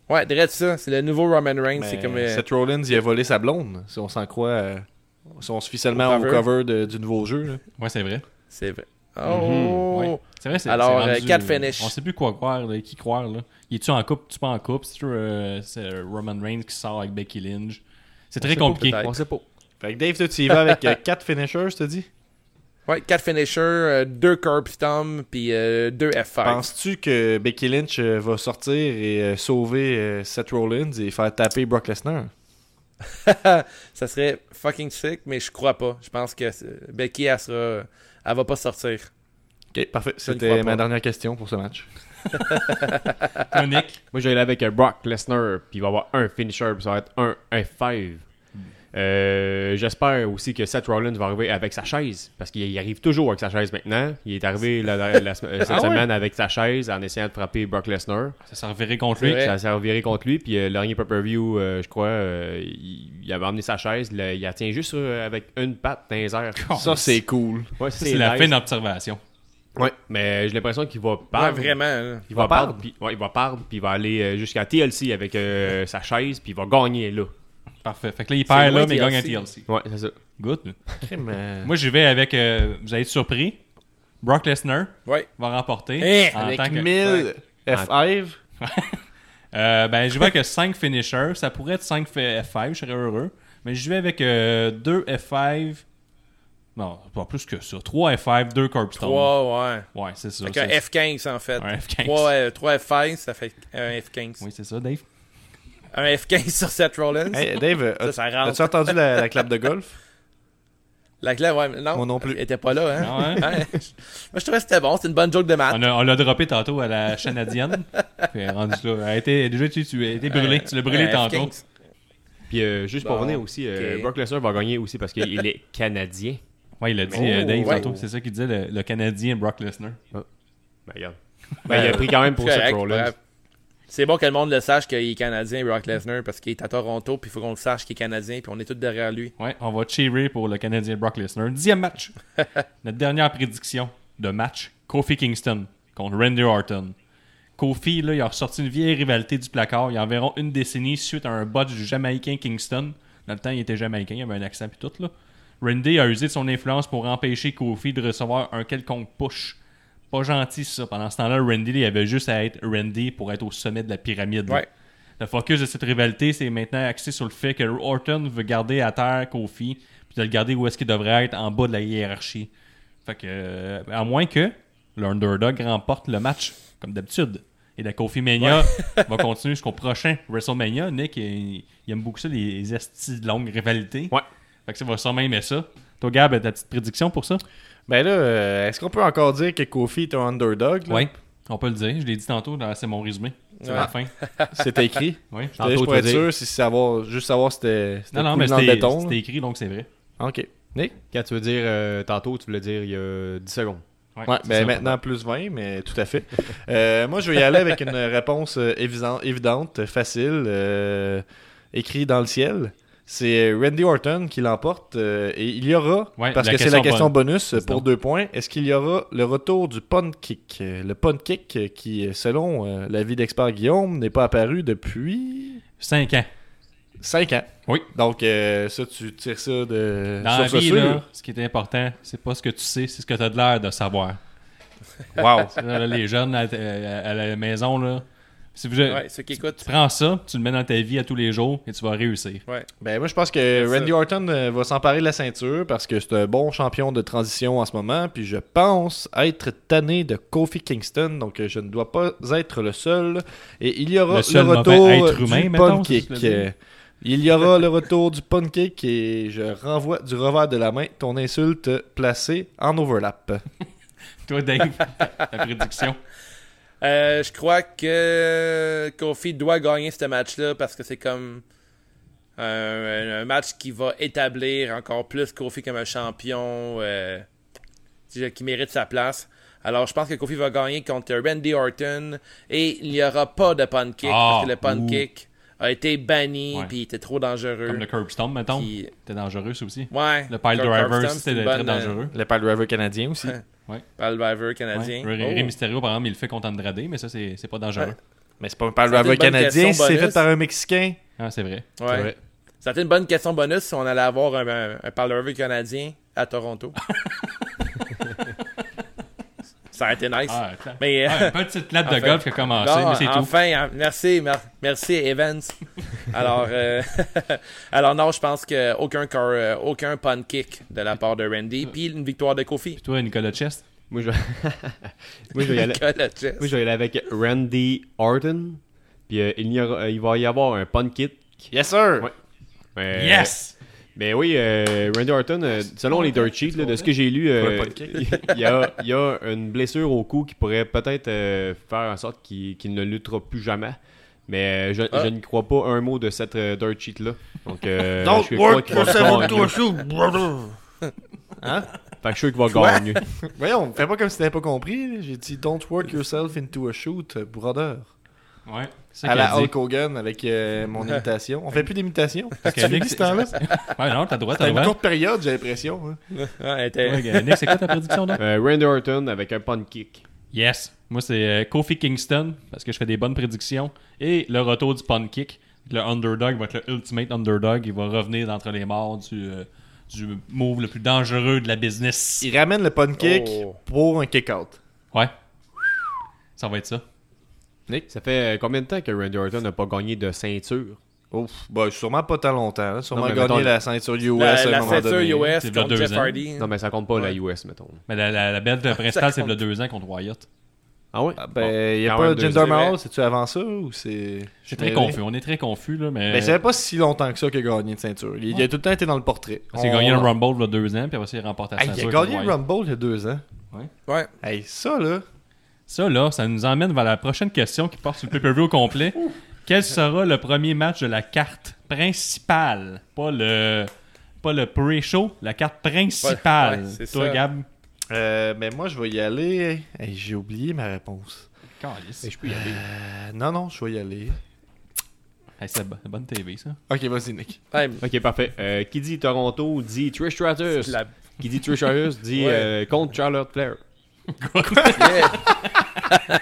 [SPEAKER 1] Ouais, direct ça, c'est le nouveau Roman Reigns,
[SPEAKER 3] Mais
[SPEAKER 1] c'est comme euh,
[SPEAKER 3] Seth Rollins, il a volé sa blonde, si on s'en croit euh, Si on se fie seulement
[SPEAKER 1] Au
[SPEAKER 3] au
[SPEAKER 1] cover.
[SPEAKER 3] cover de- du nouveau jeu. là.
[SPEAKER 2] Ouais, c'est vrai.
[SPEAKER 1] C'est vrai.
[SPEAKER 2] Mhm,
[SPEAKER 1] Oh!
[SPEAKER 2] ouais. C'est vrai, c'est
[SPEAKER 1] Alors,
[SPEAKER 2] c'est
[SPEAKER 1] euh,
[SPEAKER 2] rendu-
[SPEAKER 1] quatre finish.
[SPEAKER 2] On sait plus quoi croire, là, qui croire. Là. Il est-tu en couple, tu pas en couple? C'est-tu euh, c'est, euh, Roman Reigns qui sort avec Becky Lynch? C'est très
[SPEAKER 4] sait pas,
[SPEAKER 2] compliqué.
[SPEAKER 1] peut-être.
[SPEAKER 4] On sait pas.
[SPEAKER 3] Fait que Dave, toi, tu y vas avec 4 finishers, je te dis.
[SPEAKER 1] Ouais, 4 finishers, 2 curb stomp, puis euh, 2 F5.
[SPEAKER 3] Penses-tu que Becky Lynch euh, va sortir et euh, sauver euh, Seth Rollins et faire taper Brock Lesnar?
[SPEAKER 1] ça serait fucking sick, mais je crois pas. Je pense que euh, Becky, elle sera. Elle va pas sortir.
[SPEAKER 3] Ok, parfait.
[SPEAKER 1] Je ne crois
[SPEAKER 3] C'était
[SPEAKER 1] pas.
[SPEAKER 3] ma dernière question pour ce match.
[SPEAKER 2] Chronique.
[SPEAKER 4] Moi, je vais aller avec euh, Brock Lesnar, puis il va avoir un finisher, puis ça va être un F5. Euh, J'espère aussi que Seth Rollins va arriver avec sa chaise, parce qu'il il arrive toujours avec sa chaise maintenant. Il est arrivé la- la- la- cette
[SPEAKER 1] Ah ouais?
[SPEAKER 4] semaine avec sa chaise en essayant de frapper Brock Lesnar.
[SPEAKER 2] Ça s'est reviré contre
[SPEAKER 1] C'est
[SPEAKER 2] lui.
[SPEAKER 1] vrai.
[SPEAKER 4] Ça s'est reviré contre lui, puis euh, le dernier pay-per-view, euh, je crois, euh, il, il avait emmené sa chaise, là, il la tient juste euh, avec une patte dans les airs.
[SPEAKER 3] Ça, c'est cool.
[SPEAKER 4] Ouais,
[SPEAKER 2] C'est la
[SPEAKER 4] nice.
[SPEAKER 2] fin d'observation.
[SPEAKER 4] Ouais, mais j'ai l'impression qu'il va
[SPEAKER 1] Pas
[SPEAKER 4] perdre.
[SPEAKER 1] vraiment. là.
[SPEAKER 4] Il va, perdre, puis ouais, il va perdre, puis il va aller euh, jusqu'à TLC avec euh, sa chaise, puis il va gagner là.
[SPEAKER 2] Parfait. Fait que là, il
[SPEAKER 1] C'est
[SPEAKER 2] perd
[SPEAKER 1] loin
[SPEAKER 2] là, mais il
[SPEAKER 1] TLC.
[SPEAKER 2] gagne un TLC.
[SPEAKER 4] Ouais, c'est ça.
[SPEAKER 2] Good.
[SPEAKER 3] Mais...
[SPEAKER 2] Moi, j'y vais avec. euh, vous allez être surpris. Brock Lesnar
[SPEAKER 1] Ouais.
[SPEAKER 2] va remporter.
[SPEAKER 1] Eh,
[SPEAKER 2] en
[SPEAKER 3] Avec
[SPEAKER 2] tant que-
[SPEAKER 3] 1000 F5,
[SPEAKER 2] Euh, ben, je vais avec 5 finishers. Ça pourrait être 5 F5, je serais heureux. Mais je vais avec euh, 2 F5. Non, pas plus que ça. 3 F5, 2 Corp Stone.
[SPEAKER 1] 3, ouais.
[SPEAKER 2] Ouais, c'est ça.
[SPEAKER 1] Fait
[SPEAKER 2] c'est
[SPEAKER 1] qu'un F15 en fait.
[SPEAKER 2] Un F15.
[SPEAKER 1] 3, F5, ça fait un F15.
[SPEAKER 2] Oui, c'est ça, Dave.
[SPEAKER 1] Un F15 sur Seth Rollins.
[SPEAKER 3] Hey, Dave, euh,
[SPEAKER 1] Ça,
[SPEAKER 3] as-
[SPEAKER 1] ça rentre.
[SPEAKER 3] as-tu entendu la, la clap de golf?
[SPEAKER 1] La clé, ouais, mais non.
[SPEAKER 3] Moi non plus.
[SPEAKER 1] Elle était pas là, hein.
[SPEAKER 2] Non, hein?
[SPEAKER 1] Ouais. Moi, je trouvais que c'était bon. C'est une bonne joke de maths.
[SPEAKER 2] On a- on l'a droppé tantôt à la canadienne. Puis elle est rendue là. Elle a été, déjà, tu, tu as été brûlé.
[SPEAKER 1] Euh,
[SPEAKER 2] Tu l'as brûlé
[SPEAKER 1] Un
[SPEAKER 2] tantôt.
[SPEAKER 1] F15.
[SPEAKER 4] Puis euh, juste
[SPEAKER 1] Bon,
[SPEAKER 4] pour revenir aussi, euh,
[SPEAKER 1] ok.
[SPEAKER 4] Brock Lesnar va gagner aussi parce qu'il est canadien.
[SPEAKER 2] Ouais, il a dit,
[SPEAKER 1] Oh,
[SPEAKER 2] euh, Dave,
[SPEAKER 1] ouais.
[SPEAKER 2] tantôt. C'est ça qu'il disait, le, le Canadien Brock Lesnar.
[SPEAKER 4] Ben, regarde. Ben, il a pris quand même pour
[SPEAKER 1] C'est
[SPEAKER 4] Seth
[SPEAKER 1] correct,
[SPEAKER 4] Rollins.
[SPEAKER 1] bref. C'est bon que le monde le sache qu'il est canadien, Brock Lesnar, parce qu'il est à Toronto, puis il faut qu'on le sache qu'il est canadien, puis on est tous derrière lui.
[SPEAKER 2] Ouais, on va cheerer pour le Canadien Brock Lesnar. Dixième match. Notre dernière prédiction de match, Kofi Kingston contre Randy Orton. Kofi, là, il a ressorti une vieille rivalité du placard il y a environ une décennie suite à un botch du Jamaïcain Kingston. Dans le temps, il était Jamaïcain, il avait un accent puis tout, là. Randy a usé de son influence pour empêcher Kofi de recevoir un quelconque push. Pas gentil, ça. Pendant ce temps-là, Randy, il avait juste à être Randy pour être au sommet de la pyramide. là.
[SPEAKER 1] Ouais.
[SPEAKER 2] Le focus de cette rivalité, c'est maintenant axé sur le fait que Orton veut garder à terre Kofi, puis de le garder où est-ce qu'il devrait être, en bas de la hiérarchie. Fait que, euh, à moins que l'underdog remporte le match, comme d'habitude. Et la Kofi Mania va continuer jusqu'au prochain WrestleMania. Nick, il, il aime beaucoup ça, les estis de longue rivalité.
[SPEAKER 4] Ouais.
[SPEAKER 2] Fait que ça va sûrement aimer ça. Toi, Gab, ta petite prédiction pour ça?
[SPEAKER 3] Ben là, euh, est-ce qu'on peut encore dire que Kofi est un underdog? là?
[SPEAKER 2] Oui. On peut le dire. Je l'ai dit tantôt, dans- c'est mon résumé. C'est la
[SPEAKER 1] Ouais.
[SPEAKER 2] fin.
[SPEAKER 3] C'était écrit.
[SPEAKER 2] Ouais.
[SPEAKER 3] Je
[SPEAKER 4] Tantôt,
[SPEAKER 3] pour
[SPEAKER 4] tu
[SPEAKER 3] être
[SPEAKER 4] dis.
[SPEAKER 3] sûr, si savoir, juste savoir si c'était c'était
[SPEAKER 2] Non, non,
[SPEAKER 3] cool
[SPEAKER 2] mais
[SPEAKER 3] dans le
[SPEAKER 2] c'était
[SPEAKER 3] béton.
[SPEAKER 2] c'était écrit, donc c'est vrai.
[SPEAKER 3] là. Ok. Nick?
[SPEAKER 4] Quand tu veux dire euh, tantôt, tu voulais dire il y a 10 secondes.
[SPEAKER 3] Ouais,
[SPEAKER 2] c'est
[SPEAKER 3] ben
[SPEAKER 2] ça.
[SPEAKER 3] maintenant plus 20, mais tout à fait. Euh, moi, je vais y aller avec une réponse euh, évident- évidente, facile, euh, écrite dans le ciel. C'est euh, Randy Orton qui l'emporte euh, et il y aura,
[SPEAKER 2] Ouais,
[SPEAKER 3] parce
[SPEAKER 2] la
[SPEAKER 3] que c'est la
[SPEAKER 2] question
[SPEAKER 3] question bonus euh,
[SPEAKER 2] Vas-y
[SPEAKER 3] pour
[SPEAKER 2] donc.
[SPEAKER 3] deux points, est-ce qu'il y aura le retour du punt kick Euh, Le punt kick euh, qui, euh, selon euh, l'avis d'expert Guillaume, n'est pas apparu depuis
[SPEAKER 2] Cinq ans.
[SPEAKER 3] 5 ans.
[SPEAKER 2] Oui.
[SPEAKER 3] Donc, euh, ça, tu tires ça de.
[SPEAKER 2] Dans la
[SPEAKER 3] sur ce
[SPEAKER 2] vie,
[SPEAKER 3] sûr.
[SPEAKER 2] là, ce qui est important, c'est pas ce que tu sais, c'est ce que tu as de l'air de savoir.
[SPEAKER 3] Wow.
[SPEAKER 2] Là, là, les jeunes à, à- à la maison, là, si vous,
[SPEAKER 1] Ouais, ceux qui écoutent.
[SPEAKER 2] tu prends ça, tu le mets dans ta vie à tous les jours et tu vas réussir.
[SPEAKER 1] Ouais.
[SPEAKER 3] Ben moi je pense que
[SPEAKER 1] ça.
[SPEAKER 3] Randy Orton euh, va s'emparer de la ceinture parce que c'est un bon champion de transition en ce moment, puis je pense être tanné de Kofi Kingston, donc euh, je ne dois pas être le seul. Et il y aura
[SPEAKER 2] Le
[SPEAKER 3] le,
[SPEAKER 2] seul
[SPEAKER 3] retour
[SPEAKER 2] mauvais être
[SPEAKER 3] du
[SPEAKER 2] humain, mettons,
[SPEAKER 3] punt
[SPEAKER 2] c'est ce que
[SPEAKER 3] kick.
[SPEAKER 2] je veux dire.
[SPEAKER 3] Euh, Il y aura le retour du punt kick et je renvoie du revers de la main ton insulte placée en overlap.
[SPEAKER 2] Toi, Dave, ta prédiction.
[SPEAKER 1] Euh, je crois que Kofi doit gagner ce match-là parce que c'est comme euh, un, un match qui va établir encore plus Kofi comme un champion euh, je- qui mérite sa place. Alors, je pense que Kofi va gagner contre Randy Orton et il n'y aura pas de punt kick
[SPEAKER 2] Ah,
[SPEAKER 1] parce que le punt
[SPEAKER 2] ouh.
[SPEAKER 1] kick a été banni
[SPEAKER 2] Ouais.
[SPEAKER 1] puis il était trop dangereux.
[SPEAKER 2] Comme le curb stomp, mettons.
[SPEAKER 1] Puis-
[SPEAKER 2] C'était dangereux, ça aussi.
[SPEAKER 1] Ouais.
[SPEAKER 2] Le pile
[SPEAKER 1] Kirk Herbstreit,
[SPEAKER 2] driver,
[SPEAKER 1] c'est une
[SPEAKER 2] c'était très
[SPEAKER 1] bonne, euh,
[SPEAKER 2] dangereux.
[SPEAKER 3] Le pile driver canadien aussi.
[SPEAKER 1] Pile driver
[SPEAKER 2] Ouais.
[SPEAKER 1] canadien.
[SPEAKER 2] Ré-
[SPEAKER 1] Oh.
[SPEAKER 2] Ré Mysterio, par exemple, il le fait contre Andrade, mais ça, c'est c'est pas dangereux.
[SPEAKER 1] Ouais.
[SPEAKER 3] Mais c'est pas un pile
[SPEAKER 1] Ça, c'est une
[SPEAKER 3] driver
[SPEAKER 1] bonne
[SPEAKER 3] canadien,
[SPEAKER 1] question
[SPEAKER 3] c'est fait
[SPEAKER 1] bonus.
[SPEAKER 3] par un Mexicain.
[SPEAKER 2] Ah, c'est vrai.
[SPEAKER 1] Ouais.
[SPEAKER 4] vrai.
[SPEAKER 1] C'était une bonne question bonus si on allait avoir un, un, un parler over canadien à Toronto. ça aurait été nice.
[SPEAKER 2] Ah, clair.
[SPEAKER 1] Mais euh,
[SPEAKER 2] Ah, une petite latte de
[SPEAKER 1] Enfin.
[SPEAKER 2] golf qui a commencé,
[SPEAKER 1] Bon,
[SPEAKER 2] mais c'est tout.
[SPEAKER 1] enfin, hein, merci, mer- merci Evans. Alors, euh, alors non, je pense que aucun car- euh, aucun punt kick de la part de Randy,
[SPEAKER 2] Euh.
[SPEAKER 1] puis une victoire de Kofi.
[SPEAKER 2] Toi, Nicolas Chest.
[SPEAKER 4] Moi, je... Moi, je vais y aller.
[SPEAKER 1] Que le chest.
[SPEAKER 4] Moi, je vais y aller avec Randy Orton. Puis euh, il, y aura- euh, il va y avoir un punt kit.
[SPEAKER 3] Yes, sir!
[SPEAKER 4] Ouais. Euh,
[SPEAKER 2] Yes!
[SPEAKER 4] Mais oui, euh, Randy Orton, euh, selon les dirt sheets, là, de ce que j'ai lu, euh,
[SPEAKER 3] Pour le podcast.
[SPEAKER 4] il y, a, il y a une blessure au cou qui pourrait peut-être euh, faire en sorte qu'il qu'il ne luttera plus jamais. Mais euh, je,
[SPEAKER 1] Ah.
[SPEAKER 4] je ne crois pas un mot de cette euh, dirt sheet là. Donc, euh,
[SPEAKER 3] Don't
[SPEAKER 4] je crois
[SPEAKER 3] work
[SPEAKER 4] qu'il va
[SPEAKER 3] for seven
[SPEAKER 4] gagner.
[SPEAKER 3] to a shoe, brother!
[SPEAKER 4] Fait que je suis sûr qu'il va gagner.
[SPEAKER 3] Voyons, fais pas comme si t'avais pas compris. là. J'ai dit Don't work yourself into a shoot, brother.
[SPEAKER 2] Ouais. C'est ça
[SPEAKER 3] À
[SPEAKER 2] qu'il
[SPEAKER 3] la
[SPEAKER 2] a dit.
[SPEAKER 3] Hulk Hogan avec euh, mon imitation. On fait plus d'imitation. Parce que
[SPEAKER 2] Ok,
[SPEAKER 3] tu
[SPEAKER 2] Nick,
[SPEAKER 3] ce temps-là.
[SPEAKER 2] Ouais, non, t'as le droit, t'as
[SPEAKER 3] C'était
[SPEAKER 2] le
[SPEAKER 3] une
[SPEAKER 2] droit.
[SPEAKER 3] courte période, j'ai l'impression. hein.
[SPEAKER 1] Ouais, elle était-
[SPEAKER 2] Ouais, gars, Nick, c'est quoi ta prédiction, là?
[SPEAKER 4] Euh, Randy Orton avec un punt kick.
[SPEAKER 2] Yes. Moi, c'est euh, Kofi Kingston, parce que je fais des bonnes prédictions. Et le retour du punt kick. Le underdog va être le ultimate underdog. Il va revenir d'entre les morts du, euh, du move le plus dangereux de la business.
[SPEAKER 3] Il ramène le pun kick
[SPEAKER 1] Oh.
[SPEAKER 3] pour un kick-out.
[SPEAKER 2] Ouais. Ça va être ça.
[SPEAKER 4] Ça fait euh, combien de temps que Randy Orton n'a pas gagné de ceinture
[SPEAKER 3] Ouf, bah, sûrement pas tant longtemps. hein. Sûrement
[SPEAKER 4] Non, mais
[SPEAKER 3] gagné
[SPEAKER 4] mettons-
[SPEAKER 3] la ceinture US à
[SPEAKER 1] la,
[SPEAKER 3] un
[SPEAKER 1] la
[SPEAKER 3] moment
[SPEAKER 1] ceinture
[SPEAKER 3] donné.
[SPEAKER 1] US
[SPEAKER 2] C'est dans
[SPEAKER 1] contre
[SPEAKER 2] deux
[SPEAKER 1] Jeff
[SPEAKER 2] ans.
[SPEAKER 1] Hardy.
[SPEAKER 4] Non, mais ça compte pas la US, mettons.
[SPEAKER 2] Mais la, la, la belle principale, c'est le deux ans contre Wyatt.
[SPEAKER 4] Ah ouais
[SPEAKER 3] Ah, ben, il y a
[SPEAKER 4] Quand
[SPEAKER 3] pas
[SPEAKER 4] même deux,
[SPEAKER 3] Jinder
[SPEAKER 4] c'est vrai.
[SPEAKER 3] Mahal, c'est-tu avant ça ou c'est.
[SPEAKER 2] Je suis très confus. hein. On est très confus, là, mais.
[SPEAKER 3] Mais ça fait pas si longtemps que ça qu'il a gagné de ceinture. Il, il a tout le temps été dans le portrait.
[SPEAKER 2] Parce qu'il a
[SPEAKER 3] On-
[SPEAKER 2] gagné le Rumble il y a deux ans, puis après, il remporte la
[SPEAKER 3] Hey, il
[SPEAKER 2] ceinture.
[SPEAKER 3] a
[SPEAKER 2] contre
[SPEAKER 3] gagné le
[SPEAKER 2] Wyatt.
[SPEAKER 3] Rumble il y a deux ans.
[SPEAKER 1] Ouais.
[SPEAKER 3] Hey, ça là.
[SPEAKER 2] Ça, là, ça nous emmène vers la prochaine question qui porte sur le pay-per-view au complet. Quel sera le premier match de la carte principale Pas le, pas le pre-show, la carte principale.
[SPEAKER 1] Ouais, ouais, c'est
[SPEAKER 2] Toi,
[SPEAKER 1] ça.
[SPEAKER 2] Gab
[SPEAKER 3] Euh, mais moi, je vais y aller. Hey, J'ai oublié ma réponse.
[SPEAKER 2] Calice.
[SPEAKER 4] Je peux y aller.
[SPEAKER 3] Euh, non, non, je vais y aller.
[SPEAKER 2] Hey, c'est bo- bonne TV, ça.
[SPEAKER 3] Ok, vas-y, Nick.
[SPEAKER 1] Ouais,
[SPEAKER 4] Ok, parfait. Euh, qui dit Toronto dit Trish Stratus.
[SPEAKER 1] la-
[SPEAKER 4] Qui dit Trish Stratus dit
[SPEAKER 1] Ouais.
[SPEAKER 4] euh, contre Charlotte Flair.
[SPEAKER 1] yeah.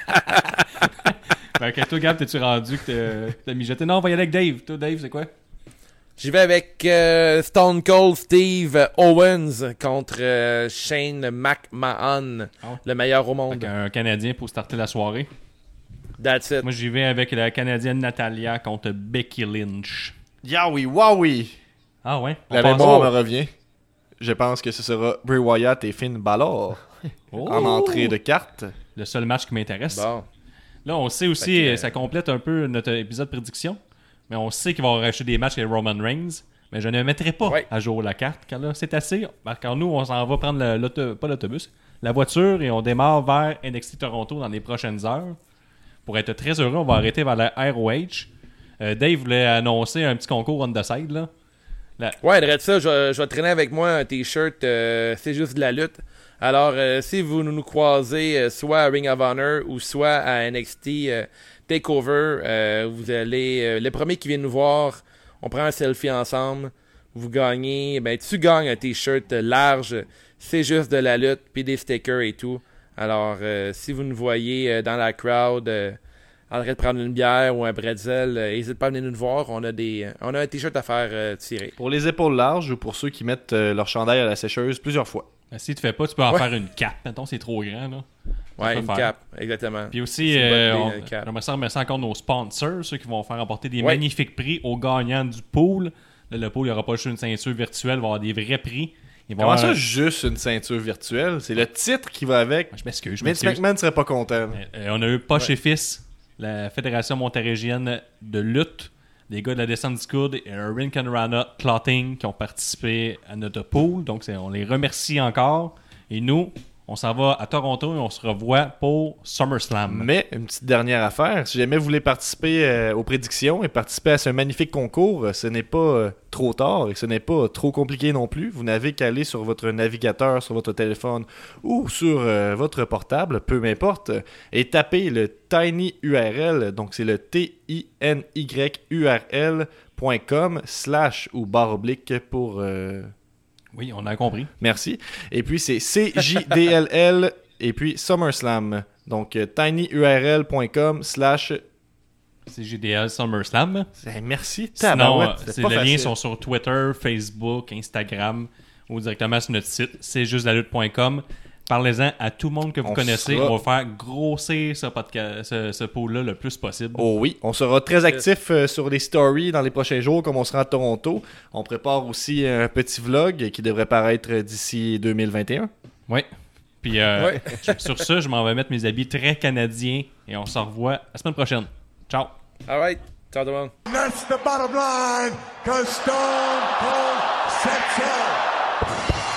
[SPEAKER 2] Fait que toi, Gab, t'es-tu rendu que t'es- t'as mijoté Non, on va y aller avec Dave. Toi, Dave, c'est quoi
[SPEAKER 1] J'y vais avec euh, Stone Cold Steve Owens contre euh, Shane McMahon,
[SPEAKER 2] Ah ouais.
[SPEAKER 1] le meilleur au
[SPEAKER 2] Fait
[SPEAKER 1] monde.
[SPEAKER 2] qu'un Canadien pour starter la soirée.
[SPEAKER 1] That's it.
[SPEAKER 2] Moi, j'y vais avec la Canadienne Natalia contre Becky Lynch.
[SPEAKER 3] Yowie, wowie.
[SPEAKER 2] Ah ouais On
[SPEAKER 3] La
[SPEAKER 2] pense-
[SPEAKER 3] mémoire
[SPEAKER 2] Oh!
[SPEAKER 3] me revient. Je pense que ce sera Bray Wyatt et Finn Balor
[SPEAKER 2] Oh!
[SPEAKER 3] en entrée de carte.
[SPEAKER 2] Le seul match qui m'intéresse.
[SPEAKER 1] Bon.
[SPEAKER 2] Là, on sait aussi, euh, ça complète un peu notre épisode prédiction, mais on sait qu'il va racheter des matchs avec Roman Reigns, mais je ne mettrai pas
[SPEAKER 1] Ouais.
[SPEAKER 2] à jour la carte, car là, c'est assez. Car nous, on s'en va prendre le- l'auto- pas l'autobus, la voiture, et on démarre vers NXT Toronto dans les prochaines heures. Pour être très heureux, on va arrêter vers la ROH. Euh, Dave voulait annoncer un petit concours on the side, là.
[SPEAKER 1] Ouais, de ça, je, je vais traîner avec moi un t-shirt euh, C'est juste de la lutte. Alors, euh, si vous nous croisez euh, soit à Ring of Honor ou soit à NXT euh, Takeover, euh, vous allez. euh, le premier qui vient nous voir, on prend un selfie ensemble. Vous gagnez. Ben, tu gagnes un t-shirt large C'est juste de la lutte, puis des stickers et tout. Alors, euh, si vous nous voyez euh, dans la crowd. euh, en train de prendre une bière ou un bretzel, n'hésitez pas à venir nous voir. On a des, on a un t-shirt à faire euh, tirer.
[SPEAKER 3] Pour les épaules larges ou pour ceux qui mettent euh, leur chandail à la sécheuse plusieurs fois.
[SPEAKER 2] Ben, si tu fais pas, tu peux en
[SPEAKER 1] Ouais.
[SPEAKER 2] faire une cape. Mettons, c'est trop grand, là. Ça
[SPEAKER 1] Ouais,
[SPEAKER 2] peut
[SPEAKER 1] une
[SPEAKER 2] faire.
[SPEAKER 1] cape, exactement.
[SPEAKER 2] Puis aussi,
[SPEAKER 1] C'est une bonne
[SPEAKER 2] euh,
[SPEAKER 1] idée,
[SPEAKER 2] on-
[SPEAKER 1] euh, Cap.
[SPEAKER 2] j'aimerais ça remercier encore nos sponsors, ceux qui vont faire apporter des
[SPEAKER 1] Ouais.
[SPEAKER 2] magnifiques prix aux gagnants du pool. Là, le pool, il n'y aura pas juste une ceinture virtuelle, il va y avoir des vrais prix. Il va y
[SPEAKER 3] Comment
[SPEAKER 2] avoir
[SPEAKER 3] ça,
[SPEAKER 2] un-
[SPEAKER 3] juste une ceinture virtuelle C'est le titre qui va avec.
[SPEAKER 2] Ah, Je m'excuse, je
[SPEAKER 3] Vince
[SPEAKER 2] m'excuse.
[SPEAKER 3] McMahon serait pas content.
[SPEAKER 2] Euh, on a eu Poche et Fils, la Fédération montrégienne de lutte, des gars de la descente du coude et Rin Conrana Clotting qui ont participé à notre pool. Donc, c'est- on les remercie encore. Et nous, on s'en va à Toronto et on se revoit pour SummerSlam.
[SPEAKER 3] Mais une petite dernière affaire, si jamais vous voulez participer euh, aux prédictions et participer à ce magnifique concours, euh, ce n'est pas euh, trop tard et ce n'est pas euh, trop compliqué non plus. Vous n'avez qu'à aller sur votre navigateur, sur votre téléphone ou sur euh, votre portable, peu m'importe, euh, et taper le tiny URL, donc c'est le t i n y u r l.com slash ou barre oblique pour euh,
[SPEAKER 2] Oui, on a compris.
[SPEAKER 3] Merci. Et puis c'est CJDLL et puis SummerSlam. Donc euh, tinyurl.com slash
[SPEAKER 2] C'est GDL SummerSlam.
[SPEAKER 3] Eh, merci,
[SPEAKER 2] Sinon,
[SPEAKER 3] tabarouette,
[SPEAKER 2] euh,
[SPEAKER 3] c'était
[SPEAKER 2] c'est-
[SPEAKER 3] pas
[SPEAKER 2] les liens
[SPEAKER 3] facile.
[SPEAKER 2] sont sur Twitter, Facebook, Instagram ou directement sur notre site. C'est juste la lutte.com. Parlez-en à tout le monde que vous
[SPEAKER 3] On
[SPEAKER 2] connaissez.
[SPEAKER 3] sera-
[SPEAKER 2] On va faire grossir ce, podcast, ce, ce pôle-là le plus possible.
[SPEAKER 3] Oh oui, on sera très actif euh, sur les stories dans les prochains jours, comme on sera à Toronto. On prépare aussi un petit vlog qui devrait paraître d'ici 2021.
[SPEAKER 2] Oui. Puis euh,
[SPEAKER 1] Ouais.
[SPEAKER 2] je- sur ça, je m'en vais mettre mes habits très canadiens et on se revoit la semaine prochaine. Ciao!
[SPEAKER 1] Alright, ciao tout le monde.
[SPEAKER 5] That's the bottom line, because Stone Cold sets out.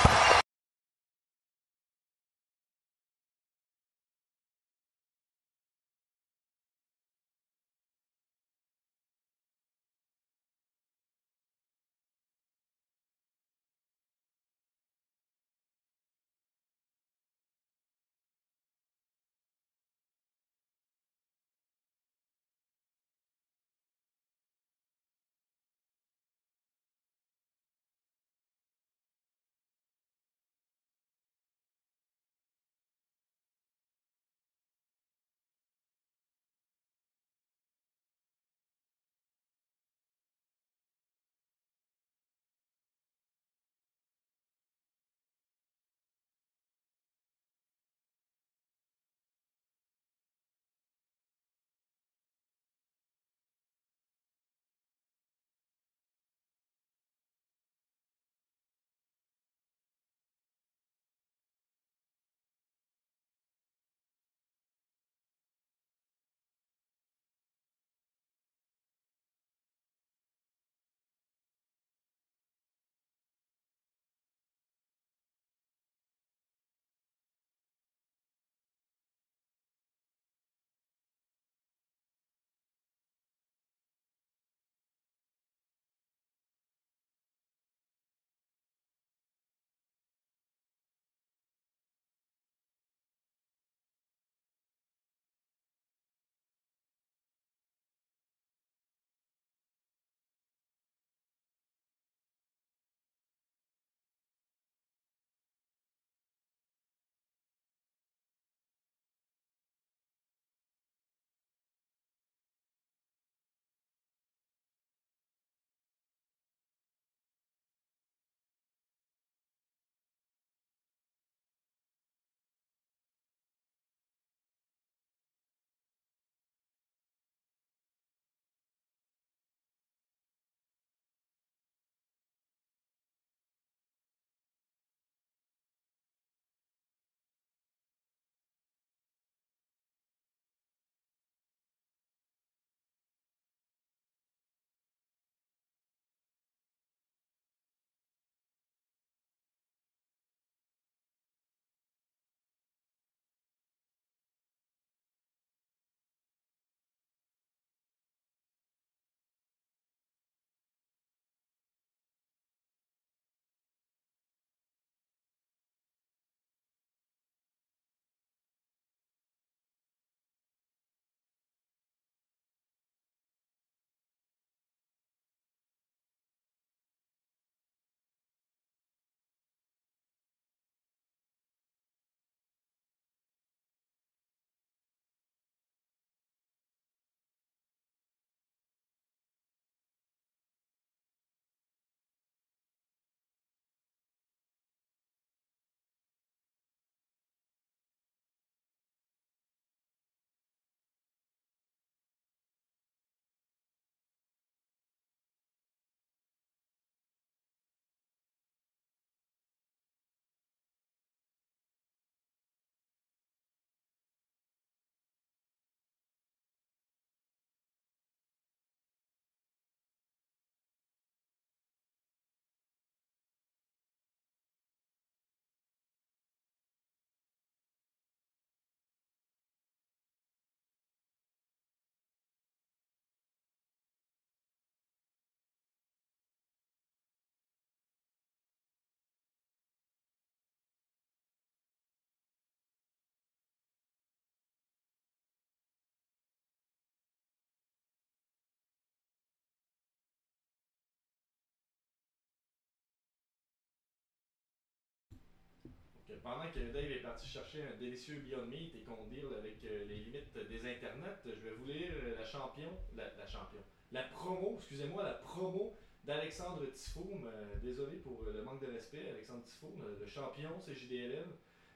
[SPEAKER 3] Pendant que Dave est euh, parti chercher un délicieux Beyond Meat et qu'on deal avec les limites des internets, je vais vous lire euh, la champion, la, la champion, la promo, excusez-moi, la promo d'Alexandre Tifoum. Euh, désolé pour le manque de respect, Alexandre Tifoum, euh, le champion CJDLL.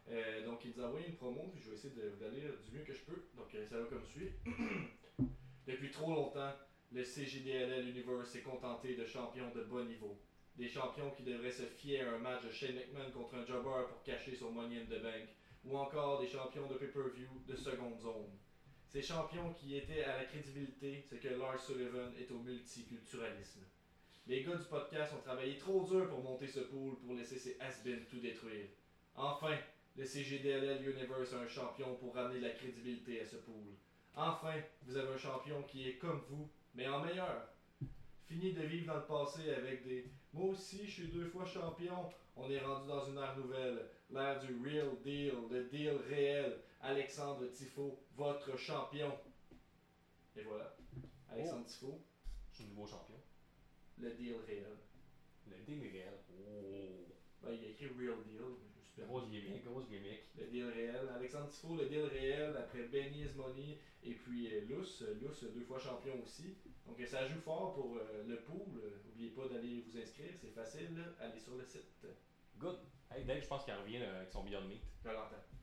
[SPEAKER 3] Euh, donc, il nous a envoyé une promo, puis je vais essayer de vous la lire du mieux que je peux. Donc, euh, ça va comme suit. Depuis trop longtemps, le CJDLL Universe s'est contenté de champions de bon niveau. Des champions qui devraient se fier à un match de Shane McMahon contre un jobber pour cacher son money in the bank. Ou encore des champions de pay-per-view de seconde zone. Ces champions qui étaient à la crédibilité, c'est que Lars Sullivan est au multiculturalisme. Les gars du podcast ont travaillé trop dur pour monter ce pool pour laisser ces has tout détruire. Enfin, le CGDLL Universe a un champion pour ramener de la crédibilité à ce pool. Enfin, vous avez un champion qui est comme vous, mais en meilleur. Fini de vivre dans le passé avec des Moi aussi, je suis deux fois champion. On est rendu dans une ère nouvelle, l'ère du real deal, le deal réel. Alexandre Tifo, votre champion. Et voilà. Alexandre Tifo,
[SPEAKER 2] Je suis nouveau champion.
[SPEAKER 3] le deal réel.
[SPEAKER 2] Le deal est réel. Oh.
[SPEAKER 3] Ben, il y a écrit real deal. mais je suis perdu.
[SPEAKER 2] Grosse gimmick, grosse gimmick.
[SPEAKER 3] Le deal réel. Alexandre Tifo, le deal réel. Après Benny Money et puis euh, Luce. Luce, deux fois champion aussi. Donc euh, ça joue fort pour euh, le pool. Euh, N'oubliez pas d'aller vous inscrire. C'est facile. Allez sur le site.
[SPEAKER 2] Good. Hey, Dave, je pense qu'il revient euh, avec son Beyond Meat.
[SPEAKER 3] Je l'entends.